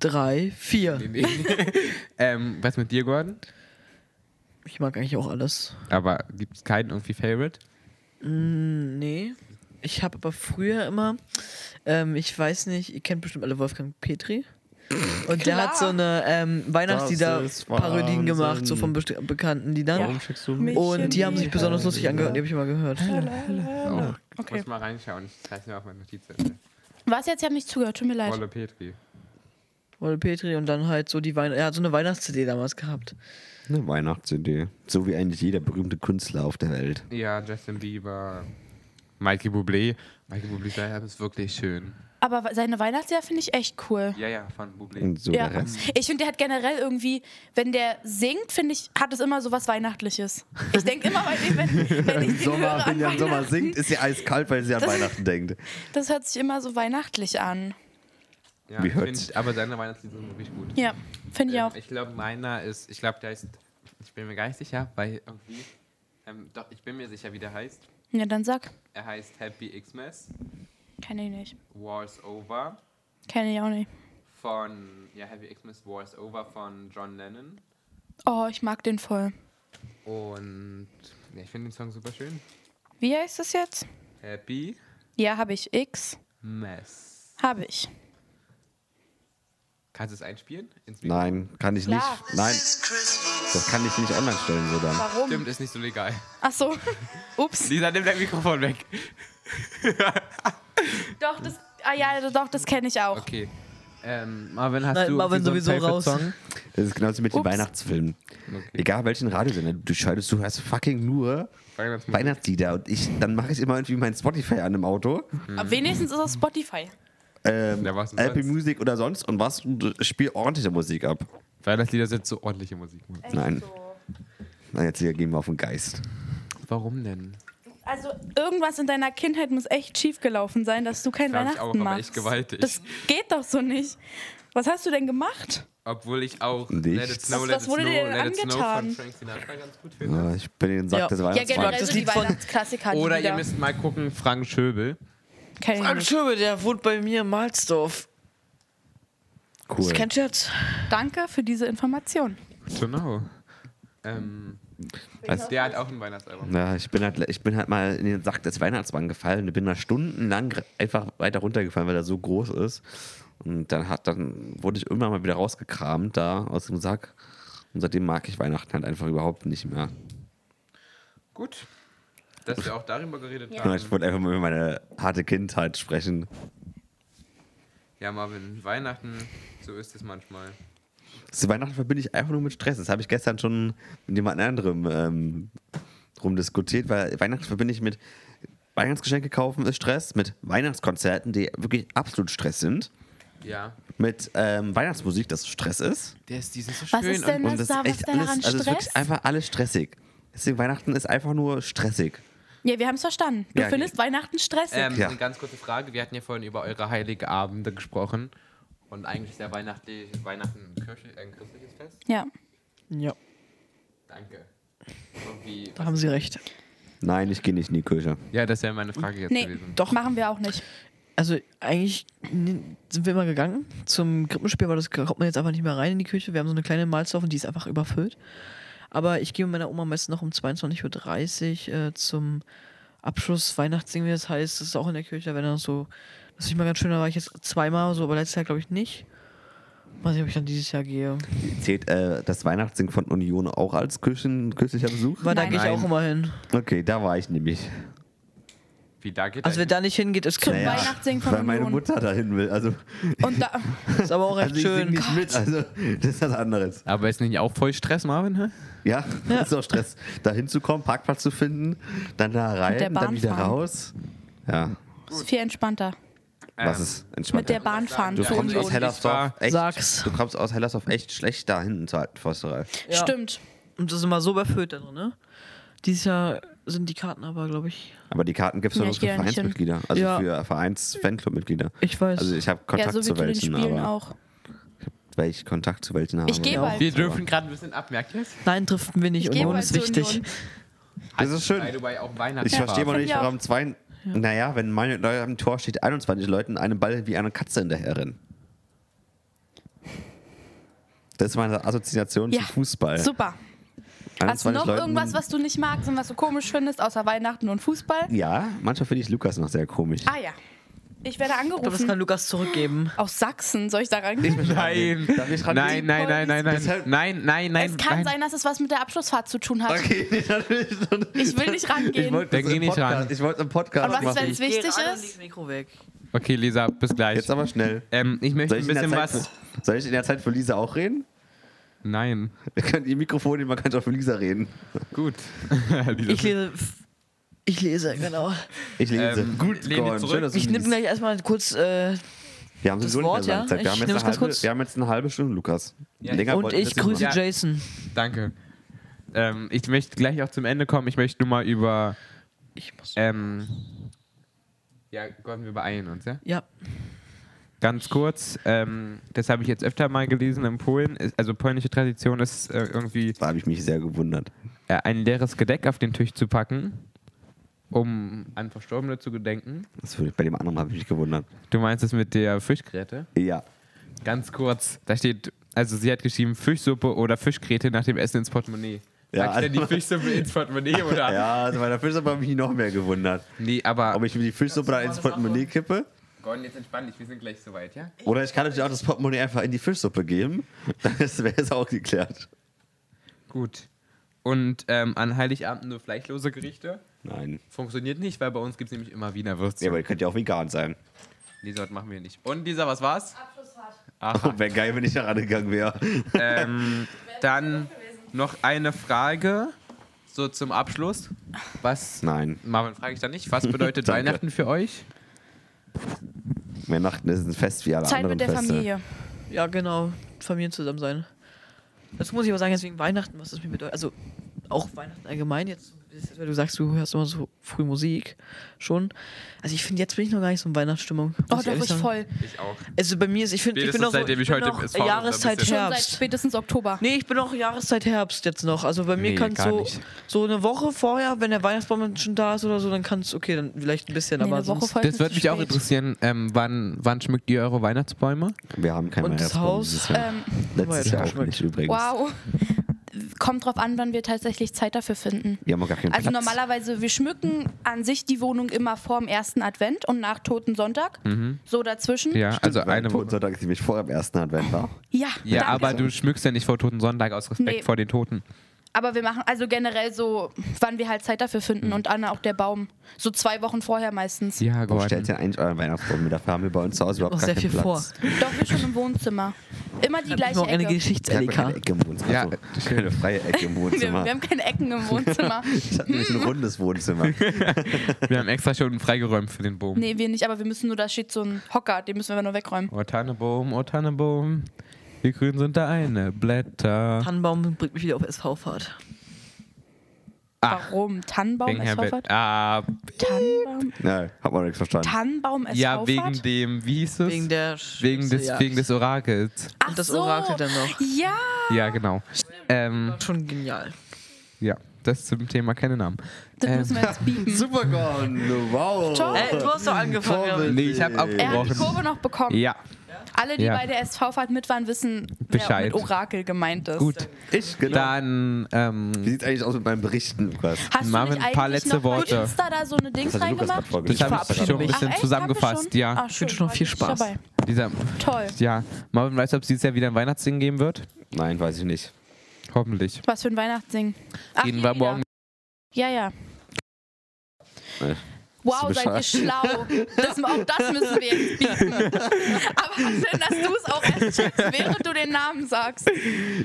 S3: Drei, vier.
S4: Nee, nee. [LAUGHS] ähm, was mit dir, Gordon?
S3: Ich mag eigentlich auch alles.
S4: Aber gibt es keinen irgendwie Favorite?
S3: Nee. Ich habe aber früher immer, ähm, ich weiß nicht, ihr kennt bestimmt alle Wolfgang Petri. Und der hat so eine ähm,
S1: Das ist
S3: Weihnachtslieder-Parodien
S1: Wahnsinn.
S3: gemacht, so von besti- bekannten Liedern.
S1: schickst du
S2: mich
S3: Und die haben sich
S2: nie
S3: besonders lustig angehört, die habe ich mal gehört.
S4: Oh, Ich
S2: Okay.
S4: muss mal reinschauen. Ich zeige mir auf meine Notizen.
S2: Was jetzt? Ich habe nicht zugehört. Tut mir leid.
S4: Wolle Petri.
S3: Wolle Petri und dann halt so die Weihnachten. Er hat so eine Weihnachts-CD damals gehabt.
S1: Eine Weihnachts-CD. So wie eigentlich jeder berühmte Künstler auf der Welt.
S4: Ja, Justin Bieber. Mikey Bublé. Mikey Bublé Schleierheim ist wirklich schön.
S2: Aber wa- seine Weihnachtsjahr finde ich echt cool.
S4: Ja, ja, von Bublé.
S1: Und so
S2: Ja.
S1: der
S2: [LAUGHS]
S1: Rest.
S2: Ich finde, der hat generell irgendwie, wenn der singt, finde ich, hat es immer so was Weihnachtliches. Ich denke immer, weil ich, wenn,
S1: [LAUGHS]
S2: wenn ich den höre an
S1: er im Sommer
S2: Weihnachten,
S1: singt, ist sie eiskalt, weil sie an
S2: Das-
S1: Weihnachten denkt.
S2: das hört sich immer so weihnachtlich an.
S4: Ja,
S1: Wie
S4: ich
S1: hört's?
S4: find- Aber seine Weihnachtslieder sind wirklich gut.
S2: Ja, finde ich
S4: Ähm,
S2: auch.
S4: ich glaube, meiner ist, ich glaube, der heißt, ich bin mir gar nicht sicher, weil irgendwie, ähm, doch, ich bin mir sicher, wie der heißt.
S2: Ja, dann sag.
S4: Er heißt Happy Xmas,
S2: Kenne ich nicht.
S4: War's Over
S2: Kenne ich auch nicht.
S4: von, ja, Happy Xmas, War's Over von John Lennon.
S2: Oh, ich mag den voll.
S4: Und ja, ich finde den Song super schön.
S2: Wie heißt das jetzt?
S4: Happy
S2: Ja, habe ich. X
S4: Mess.
S2: habe ich.
S4: Kannst du es einspielen? Ins Mikro?
S1: Nein, kann ich nicht.
S2: Klar.
S1: Nein, das kann ich nicht online stellen, so dann.
S2: Warum?
S4: Stimmt, ist nicht so legal. [LAUGHS]
S2: Ach so. Ups.
S4: Lisa, nimm dein Mikrofon weg.
S2: Doch, das. Ah ja, doch, das kenne ich auch.
S4: Okay. Ähm, Marvin, hast
S3: Nein,
S4: du
S3: Marvin
S4: irgendwie so einen
S3: sowieso
S4: Favorite
S3: raus.
S4: Song?
S1: Das ist genauso mit den
S2: Ups.
S1: Weihnachtsfilmen.
S4: Okay.
S1: Egal welchen Radiosender du schaltest, du hörst fucking nur
S4: Weihnachtsmusik.
S1: Weihnachtslieder. Und ich, dann mache ich immer irgendwie mein Spotify an im Auto.
S2: Aber wenigstens ist es Spotify.
S1: Ähm,
S4: Ja, was denn
S1: Apple
S4: sonst?
S1: Music oder sonst und was und spiel ordentliche Musik ab.
S4: Weihnachtslieder sind so ordentliche Musik. Mann.
S1: Nein.
S3: Also-
S1: Na, jetzt hier gehen wir auf den Geist.
S4: Warum denn?
S2: Also irgendwas in deiner Kindheit muss echt schief gelaufen sein, dass du kein
S4: Glaub ich
S2: Weihnachten
S4: auch, aber
S2: machst.
S4: echt gewaltig.
S2: Das geht doch so nicht. Was hast du denn gemacht?
S4: Obwohl ich auch
S1: Nicht.
S4: Let It Snow,
S2: Was-
S4: Let
S2: was
S4: It
S2: wurde
S4: Snow,
S2: dir denn
S4: Let It Snow
S2: angetan?
S4: von Frank Sinatra ganz gut finde.
S1: Ja, Ah, ich bin den Sack
S3: Ja.
S1: des
S3: Ja,
S1: Weihnachtsmanns.
S3: generell- das Lied von-
S2: Weihnachtsklassiker. die
S4: Oder ihr
S2: Lieder.
S4: müsst mal gucken, Frank Schöbel.
S2: Kenn ich
S3: Frank
S2: nicht.
S3: Schöbe, der wohnt bei mir in Malzdorf.
S1: cool.
S3: Ist kein Scherz.
S2: Danke für diese Information.
S4: Genau. Ähm,
S1: Also-
S4: der hat auch ein Weihnachtsalbum.
S1: Ja, ich bin, halt, ich bin halt mal in den Sack des Weihnachtsmanns gefallen und bin da stundenlang gr- einfach weiter runtergefallen, weil er so groß ist. Und dann, hat, dann wurde ich irgendwann mal wieder rausgekramt da aus dem Sack. Und seitdem mag ich Weihnachten halt einfach überhaupt nicht mehr.
S4: Gut. Dass wir auch darüber geredet
S1: Ja,
S4: haben.
S1: Ich wollte einfach mal über meine harte Kindheit sprechen.
S4: Ja, Marvin, Weihnachten, so ist es manchmal.
S1: Zu Weihnachten verbinde ich einfach nur mit Stress. Das habe ich gestern schon mit jemand anderem ähm, rumdiskutiert, weil Weihnachten verbinde ich mit Weihnachtsgeschenke kaufen ist Stress, mit Weihnachtskonzerten, die wirklich absolut Stress sind,
S4: Ja.
S1: mit ähm, Weihnachtsmusik, das Stress ist.
S4: Der ist diesen so
S2: Was
S4: schön.
S2: ist denn-
S4: und-
S1: Und das ist
S2: da- was
S1: echt
S2: denn daran
S1: alles, also es ist
S2: Stress?
S1: wirklich einfach alles stressig. Deswegen Weihnachten ist einfach nur stressig.
S2: Ja, wir haben es verstanden. Du
S1: Ja,
S2: findest Weihnachten stressig.
S4: Ähm,
S1: Ja.
S4: Eine ganz kurze Frage. Wir hatten ja vorhin über eure heilige Abende gesprochen. Und eigentlich ist ja weihnachtlich, Weihnachten ein, kirchlich, ein christliches Fest.
S2: ja.
S3: Ja,
S4: Danke. Irgendwie-
S3: da haben Sie recht.
S1: Nein, ich gehe nicht in die Kirche.
S4: Ja, das wäre meine Frage jetzt
S2: Nee,
S4: gewesen.
S2: doch. machen wir auch nicht.
S3: Also eigentlich n- sind wir immer gegangen zum Krippenspiel, aber das kommt man jetzt einfach nicht mehr rein in die Küche. Wir haben so eine kleine Mahlzeit und die ist einfach überfüllt. Aber ich gehe mit meiner Oma meistens noch um 22.30 Uhr äh, zum Abschluss Weihnachtsding, wie das heißt. Das ist auch in der Kirche, wenn dann so. Das ist nicht mal ganz schön, da war ich jetzt zweimal so, aber letztes Jahr glaube ich nicht. Weiß nicht, ob ich dann dieses Jahr gehe.
S1: Zählt äh, das Weihnachtssingen von Union auch als Kirchen, kirchlicher Besuch?
S3: Aber da
S2: Nein.
S3: gehe ich
S4: Nein.
S3: auch immer hin.
S1: Okay, da war ich nämlich.
S4: Wie da geht
S3: Also wer
S4: eigentlich-
S3: da nicht hingeht, ist
S2: Zum
S3: Naja.
S2: Weihnachtssingen von
S1: weil meine
S2: Union.
S1: Mutter dahin will. Also,
S2: Und da,
S3: Ist aber auch recht
S1: also ich sing
S3: schön.
S1: nicht mit, also das ist was anderes.
S4: Aber ist nicht auch voll Stress, Marvin? Hä?
S1: Ja, das [LAUGHS] ist auch Stress. Da hinzukommen, Parkplatz zu finden, dann da
S2: der
S1: rein,
S2: Bahn
S1: dann wieder
S2: fahren.
S1: raus. Ja,
S2: ist viel entspannter.
S1: was ist
S2: Mit
S1: entspannt.
S2: der Bahn fahren.
S1: Du
S2: für
S1: kommst
S4: Ja,
S1: aus
S2: Union.
S4: Hell-
S1: Hellersdorf
S4: war-
S1: echt,
S3: Sag's.
S1: du kommst aus Hellersdorf echt schlecht da hinten zur alten Försterei.
S3: Ja.
S2: Stimmt.
S3: Und das ist immer so überfüllt da drin, ne? Dieses Jahr sind die Karten aber, glaube ich,
S1: Aber die Karten gibt es
S2: Ja,
S1: nur
S2: ich
S1: für
S2: geh da nicht hin.
S1: Vereinsmitglieder, also
S3: Ja.
S1: für Vereins-Fanclub-Mitglieder.
S3: Ich weiß.
S1: Also ich habe Kontakt
S2: Ja, so wie
S1: zu
S2: zu den
S1: welchen,
S2: Spielen
S1: aber
S2: auch.
S1: weil ich Kontakt zu welchen habe.
S2: Ich gehe bald.
S4: Wir dürfen gerade ein bisschen ab, merkt ihr es?
S3: Nein, driften wir nicht.
S2: Ich geh
S3: Union
S2: bald
S3: ist
S2: zur
S3: wichtig.
S2: Union.
S1: Das ist schön.
S4: By the way, auch Weihnachten.
S1: Hm. Ich verstehe mal
S2: Find
S1: nicht,
S2: ich auch.
S1: warum zwei. Naja, wenn meine Leute am Tor steht, 21 Leuten einem Ball wie eine Katze hinterherrennen. Das ist meine Assoziation
S2: Ja,
S1: zu Fußball.
S2: Super. Hast du
S1: 21
S2: noch
S1: Leuten-
S2: irgendwas, was du nicht magst und was du komisch findest, außer Weihnachten und Fußball?
S1: Ja, manchmal finde ich Lukas noch sehr komisch.
S2: Ah ja. Ich werde
S3: Ich glaube, das
S2: angerufen.
S3: kann Lukas zurückgeben.
S2: Aus Sachsen, soll ich da rangehen?
S4: Nein.
S1: Darf ich dran
S4: Nein,
S1: gehen?
S4: nein, nein, nein, nein.
S1: Deshalb-
S4: Nein, nein, nein.
S2: es kann
S4: nein.
S2: sein, dass es was mit der Abschlussfahrt zu tun hat.
S1: Okay,
S2: Ich will nicht rangehen.
S1: Ich wollte
S4: Dann
S1: das
S4: geh
S1: im
S4: nicht
S1: Podcast-
S4: ran.
S1: Ich wollte einen Podcast
S2: Und was ist,
S1: machen.
S2: wenn's- Wichtig
S3: gerade
S2: ist-
S3: und leg das Mikro weg.
S4: Okay, Lisa, bis gleich.
S1: Jetzt aber schnell.
S4: ähm, ich möchte
S1: Soll
S4: ein
S1: ich, in der
S4: bisschen
S1: Zeit,
S4: was.
S1: für- soll ich in der Zeit für Lisa auch reden?
S4: Nein.
S1: Ihr könnt ihr Mikrofon nehmen, man kann auch für Lisa reden.
S4: Gut. [LAUGHS] Lisa,
S3: Ich lese. Ich lese, genau.
S1: Ich lese.
S4: Ähm,
S1: Gut,
S4: lehn dich
S1: Gordon,
S4: zurück.
S1: schön, dass du
S3: Ich nehme
S1: liest.
S3: gleich erstmal kurz. Äh,
S1: Wir haben
S3: Das
S1: sowieso
S3: Wort,
S1: nicht mehr so
S3: ja?
S1: lange Zeit. Wir
S3: Ich
S1: haben, jetzt
S3: nehme es
S1: eine
S3: ganz
S1: halbe,
S3: kurz.
S1: wir haben jetzt eine halbe Stunde, Lukas.
S4: Ja,
S3: und
S1: wollten wir
S3: ich
S1: das nicht
S3: grüße
S1: machen.
S3: Jason.
S4: Danke. Ähm, ich möchte gleich auch zum Ende kommen. Ich möchte nur mal über.
S3: Ich muss.
S4: Ähm, ja, Gordon, wir beeilen uns, ja?
S3: Ja.
S4: Ganz kurz, ähm, das habe ich jetzt öfter mal gelesen in Polen. Ist- Also polnische Tradition ist äh, irgendwie
S1: Da habe ich mich sehr gewundert.
S4: äh, ein leeres Gedeck auf den Tisch zu packen, um an Verstorbene zu gedenken.
S1: Das würde ich, bei dem anderen habe ich mich gewundert.
S4: Du meinst es mit der Fischgräte?
S1: Ja.
S4: Ganz kurz, da steht Also sie hat geschrieben, Fischsuppe oder Fischkrete nach dem Essen ins Portemonnaie.
S1: Ja,
S4: Sag ich denn
S1: also-
S4: die Fischsuppe ins
S1: [LAUGHS]
S4: Portemonnaie oder?
S1: Ja, also bei der Fischsuppe habe ich mich noch mehr gewundert.
S4: Nee, aber
S1: Ob ich mir die Fischsuppe da ins Portemonnaie kippe
S4: Gordon, jetzt entspann dich, wir sind gleich soweit, ja?
S1: oder ich kann natürlich auch das Portemonnaie einfach in die Fischsuppe geben. [LAUGHS] Das wäre es auch geklärt.
S4: Gut. Und ähm, an Heiligabend nur fleischlose Gerichte?
S1: Nein.
S4: Funktioniert nicht, weil bei uns gibt es nämlich immer Wiener
S1: Ja,
S4: Würstchen.
S1: aber ihr könnt ja auch vegan sein. [LAUGHS]
S4: Lisa, das machen wir nicht. Und Lisa, was war's?
S1: Oh, wäre geil, wenn ich da rangegangen wäre.
S4: ähm, dann noch eine Frage so zum Abschluss. Was?
S1: Nein.
S4: Marvin, frage ich da nicht.
S1: [LAUGHS]
S4: Was bedeutet
S1: Danke.
S4: Weihnachten für euch?
S1: Weihnachten ist ein Fest wie alle
S2: Zeit
S1: anderen
S2: mit der
S1: Feste.
S2: Familie.
S3: Ja, genau. Familien zusammen sein. Dazu muss ich aber sagen, jetzt wegen Weihnachten, was das mir bedeutet. Also auch Weihnachten allgemein jetzt, ist- weil du sagst, du hörst immer so früh Musik schon. Also ich finde, jetzt bin ich noch gar nicht so in Weihnachtsstimmung. muss
S2: Oh, doch,
S3: ehrlich
S2: ich
S3: sagen.
S2: voll.
S4: Ich auch.
S3: Also bei mir ist, ich finde, ich bin
S4: Spätestens
S3: noch so,
S4: seitdem ich
S3: bin
S4: heute
S3: noch
S4: im SV bin, da
S3: Jahreszeit
S4: bist du-
S2: Schon seit
S3: Herbst.
S2: spätestens Oktober.
S3: Nee, ich bin auch Jahreszeit Herbst jetzt noch. Also bei mir
S4: Nee,
S3: kann es
S4: gar
S3: so,
S4: nicht.
S3: so eine Woche vorher, wenn der Weihnachtsbaum dann schon da ist oder so, dann kann es okay, dann vielleicht ein bisschen,
S2: Nee,
S3: aber
S2: eine Woche
S3: sonst.
S2: vorher
S4: Das
S2: ist mir
S4: würde
S2: zu
S4: mich auch
S2: spät.
S4: interessieren, ähm, wann, wann schmückt ihr eure Weihnachtsbäume?
S1: Wir haben kein
S3: Und das
S1: Weihnachtsbaum
S3: Haus?
S1: dieses Jahr.
S2: Ähm,
S1: Letztes
S3: Wobei,
S1: Jahr auch
S3: schmeckt.
S1: nicht übrigens.
S2: Wow. Kommt drauf an, wann wir tatsächlich Zeit dafür finden.
S1: Wir haben auch gar keinen
S2: Also
S1: Platz.
S2: normalerweise, wir schmücken an sich die Wohnung immer vorm ersten Advent und nach Toten Sonntag. So dazwischen.
S4: Mhm. Ja, also
S1: Weil
S4: eine Woche.
S1: Totensonntag ist nämlich vor dem ersten Advent war.
S2: Ja,
S4: Ja,
S2: danke.
S4: aber du schmückst ja nicht vor Toten Sonntag aus Respekt
S2: Nee.
S4: vor den Toten.
S2: aber wir machen also generell so, wann wir halt Zeit dafür finden und Anna auch der Baum. So zwei Wochen vorher meistens.
S4: Mhm. Ja,
S1: Wo stellt
S4: Gordon.
S1: ihr eigentlich euren Weihnachtsbaum mit? Dafür haben wir bei uns zu Hause
S2: Oh,
S1: überhaupt
S3: noch
S1: gar
S3: sehr
S1: keinen
S3: viel vor.
S1: Platz.
S2: Doch wir schon im Wohnzimmer. Immer die
S3: Ich hab
S2: gleiche
S3: noch eine
S1: Ich
S2: Ecke.
S1: habe keine
S3: Geschichts-LK.
S1: Ecke im Wohnzimmer.
S4: Ja,
S1: Ja, keine freie Ecke im
S2: [LAUGHS] Wir,
S1: Wohnzimmer.
S2: wir haben keine Ecken im
S4: [LAUGHS]
S2: Wohnzimmer.
S1: ich hatte nämlich ein rundes
S2: [LAUGHS]
S1: Wohnzimmer.
S4: Wir haben extra schon freigeräumt für den Baum.
S2: nee, wir nicht, aber wir müssen nur, da steht so ein Hocker, den müssen wir nur wegräumen.
S4: Oh Tannebaum, oh Tannebaum, wie grün sind deine Blätter.
S3: Tannenbaum bringt mich wieder auf SV-Fahrt.
S4: Ach,
S2: Warum? Tannenbaum
S4: wegen
S2: SV
S4: Herbert.
S2: Fahrt?
S4: Ah,
S2: Tannenbaum?
S1: Nein, hab auch nichts verstanden.
S2: Tannenbaum SV
S4: ja, wegen
S2: Fahrt?
S4: dem, wie hieß es?
S3: Wegen der
S4: Wegen des,
S3: ja.
S4: wegen des Orakels.
S2: Ach
S3: Und das
S2: so.
S3: Orakel dann noch.
S2: Ja,
S4: Ja, genau. Ähm,
S3: Schon genial.
S4: ja, das zum Thema keine Namen.
S2: das
S4: Ähm,
S2: müssen wir jetzt bieben.
S1: Supergon, wow. Äh,
S2: Toll.
S3: Ey, Äh, du hast doch angefangen.
S1: Vorbild.
S4: nee, ich habe
S2: Er hat die
S4: abgebrochen.
S2: Kurve noch bekommen.
S4: Ja,
S2: Alle, die
S4: Ja.
S2: bei der SV-Fahrt mit waren, wissen, wer
S4: Bescheid.
S2: mit Orakel gemeint ist.
S4: gut.
S1: Ich, genau.
S4: Dann,
S1: Wie
S4: ähm,
S1: sieht's eigentlich aus mit meinen Berichten, Lukas?
S2: Hast
S4: Marvin,
S2: du nicht
S4: ein paar
S2: eigentlich
S4: letzte
S2: noch bei
S4: Worte.
S2: Insta da so eine Dings
S1: Das hat Lukas
S2: reingemacht?
S1: gerade vorgelesen.
S4: das habe ich
S3: verabschiede
S4: schon ein
S3: mich.
S4: bisschen
S2: echt? Haben
S4: zusammengefasst.
S2: wir Ah,
S4: Ja,
S2: Ach,
S3: Ich wünsche noch viel
S2: war ich
S3: Spaß.
S2: nicht
S4: dieser,
S2: Dabei. Toll.
S4: ja. Marvin, weißt du, ob es dieses Jahr wieder ein Weihnachtsding geben wird?
S1: Nein, weiß ich nicht.
S4: Hoffentlich.
S2: Was für ein Weihnachtssingen. Ach,
S4: Gehen
S2: hier wieder.
S4: wir morgen.
S2: Ja, ja.
S1: Äh,
S2: Wow,
S1: bist
S2: seid
S1: du
S2: ihr schlau. Das, auch das müssen wir jetzt
S1: [LAUGHS]
S2: bieten. Aber schön, dass du es auch erst checkst, während du den Namen sagst.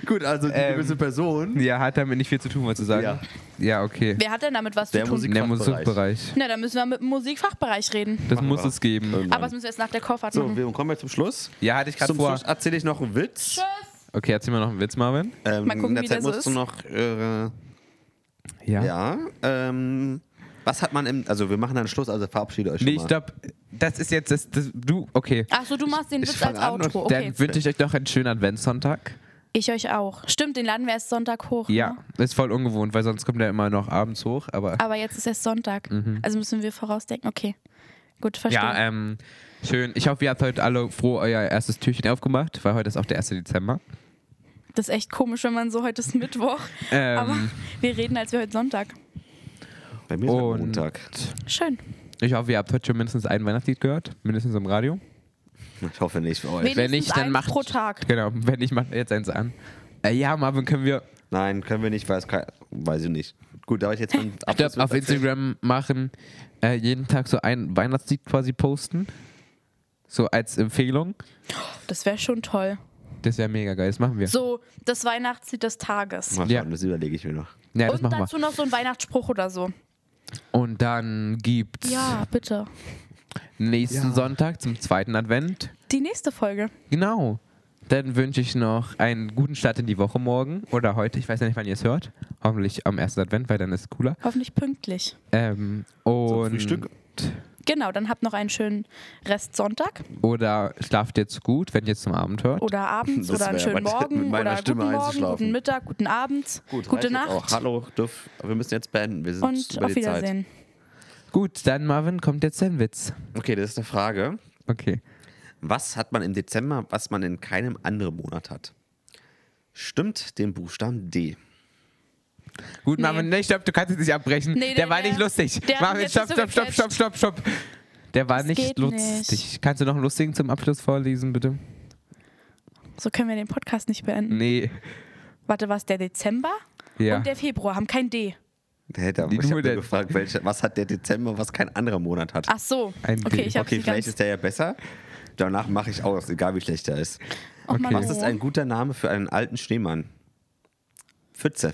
S1: Gut, also die
S4: Ähm,
S1: gewisse Person.
S4: Ja, hat damit nicht viel zu tun, was zu sagen.
S1: Ja.
S4: Ja, okay.
S2: Wer hat denn damit was
S1: Der
S2: zu tun?
S1: Musik-
S4: In der
S1: Musikfachbereich.
S4: Musikbereich.
S2: Na, dann müssen wir mit dem Musikfachbereich reden.
S4: Das
S1: Machen
S4: muss
S1: wir.
S4: es geben.
S1: Irgendwann.
S2: Aber das müssen wir jetzt nach der Kofferfahrt
S1: so,
S2: machen.
S1: wir kommen wir zum Schluss.
S4: Ja, hatte ich gerade
S1: Zum
S4: vor.
S1: Schluss erzähle ich noch einen Witz.
S4: Okay, erzähl mal noch einen Witz, Marvin.
S1: Ähm,
S2: Mal gucken,
S1: in der
S2: wie
S1: Zeit
S2: das
S1: musst
S2: ist.
S1: du noch. Äh, ja. Ähm, was hat man im. Also, wir machen dann Schluss, also verabschiede euch
S4: Nee, ich
S1: schon mal.
S4: glaube, das ist jetzt das, das du, okay.
S2: Achso, du machst den
S1: Ich
S2: Witz
S1: fang
S2: als
S1: an und
S2: Outro. Oh, Okay.
S4: Dann wünsche ich euch noch einen schönen Adventssonntag.
S2: Ich euch auch. Stimmt, den laden wir erst Sonntag hoch.
S4: Ja,
S2: Ne?
S4: ist voll ungewohnt, weil sonst kommt er immer noch abends hoch, aber
S2: Aber jetzt ist erst Sonntag. Also müssen wir vorausdenken. Okay. Gut, verstehe.
S4: Mhm. ja, ähm, schön. Ich hoffe, ihr habt heute alle froh euer erstes Türchen aufgemacht, weil heute ist auch der 1. Dezember.
S2: das ist echt komisch, wenn man so heute ist [LAUGHS] Mittwoch.
S4: Ähm,
S2: Aber wir reden, als wäre heute Sonntag.
S1: Bei mir ist am
S4: und-
S1: Montag.
S2: Schön.
S4: Ich hoffe, ihr habt heute schon mindestens ein Weihnachtslied gehört, mindestens im Radio.
S1: Ich hoffe nicht für euch.
S2: Wen-
S4: Wenn nicht,
S2: Mindestens
S4: dann
S2: eins
S4: macht
S2: pro Tag.
S4: Genau, wenn nicht, macht jetzt eins an. Äh, ja, Marvin, können wir
S1: Nein, können wir nicht, weil es kein, weiß ich nicht. Gut, darf ich jetzt meinen
S4: Ich glaub, auf Instagram machen, äh, jeden Tag so ein Weihnachtslied quasi posten. So als Empfehlung.
S2: Das wäre schon toll.
S4: Das wäre mega geil, das machen wir.
S2: So, das Weihnachtslied des Tages.
S1: Mal schauen,
S4: Ja.
S1: das überlege ich mir noch.
S4: ja, das
S2: Und
S4: machen
S2: dazu noch so ein Weihnachtsspruch oder so.
S4: wir. Und dann gibt's
S2: Ja, bitte.
S4: nächsten
S1: Ja.
S4: Sonntag zum zweiten Advent.
S2: Die nächste Folge.
S4: Genau. Dann wünsche ich noch einen guten Start in die Woche morgen oder heute. Ich weiß ja nicht, wann ihr es hört. Hoffentlich am ersten Advent, weil dann ist es cooler.
S2: Hoffentlich pünktlich.
S4: Ähm, und
S1: Zum Frühstück.
S2: Genau, dann habt noch einen schönen Rest Sonntag
S4: Oder schlaft jetzt gut, wenn ihr es zum Abend hört.
S2: oder abends
S1: Das
S2: oder einen
S1: wär
S2: schönen
S1: aber
S2: Morgen
S1: mit meiner
S2: oder
S1: Stimme
S2: guten Morgen,
S1: einzuschlafen.
S2: guten Mittag, guten Abend,
S1: Gut, reicht
S2: gute
S1: jetzt Auch.
S2: Nacht
S1: Hallo, dürf, wir müssen jetzt beenden. Wir sind
S2: und
S1: über
S2: auf
S1: die Zeit.
S2: Wiedersehen.
S4: Gut, dann Marvin, kommt jetzt dein Witz.
S1: Okay, das ist eine Frage.
S4: Okay.
S1: Was hat man im Dezember, was man in keinem anderen Monat hat? Stimmt dem Buchstaben D.
S4: Gut,
S2: Nee.
S4: Marvin, nee, stopp, du kannst jetzt nicht abbrechen.
S2: Nee,
S4: der
S2: nee,
S4: war
S2: nee.
S4: nicht lustig.
S2: Der hat
S4: Marvin,
S2: mich
S4: stopp,
S2: jetzt
S4: stopp,
S2: nicht so
S4: stopp, stopp, stopp, stopp. Der war nicht
S2: geht
S4: lustig. Kannst du noch einen lustigen zum Abschluss vorlesen, bitte?
S2: So können wir den Podcast nicht beenden.
S4: Nee.
S2: Warte, war es der Dezember
S4: Ja.
S2: und der Februar? Haben kein D.
S1: Hätte, aber
S4: Die
S1: ich habe
S4: Nudeln.
S1: gefragt, welche, was hat der Dezember, was kein anderer Monat hat.
S2: Ach so.
S4: Ein
S2: okay,
S4: D.
S2: Ah, ich habe
S1: okay,
S2: okay,
S1: vielleicht
S2: ganz.
S1: ist der ja besser. Danach mache ich aus, egal wie schlecht er ist.
S2: Oh Mann,
S1: Was ist
S2: oh.
S1: ein guter Name für einen alten Schneemann? Pfütze.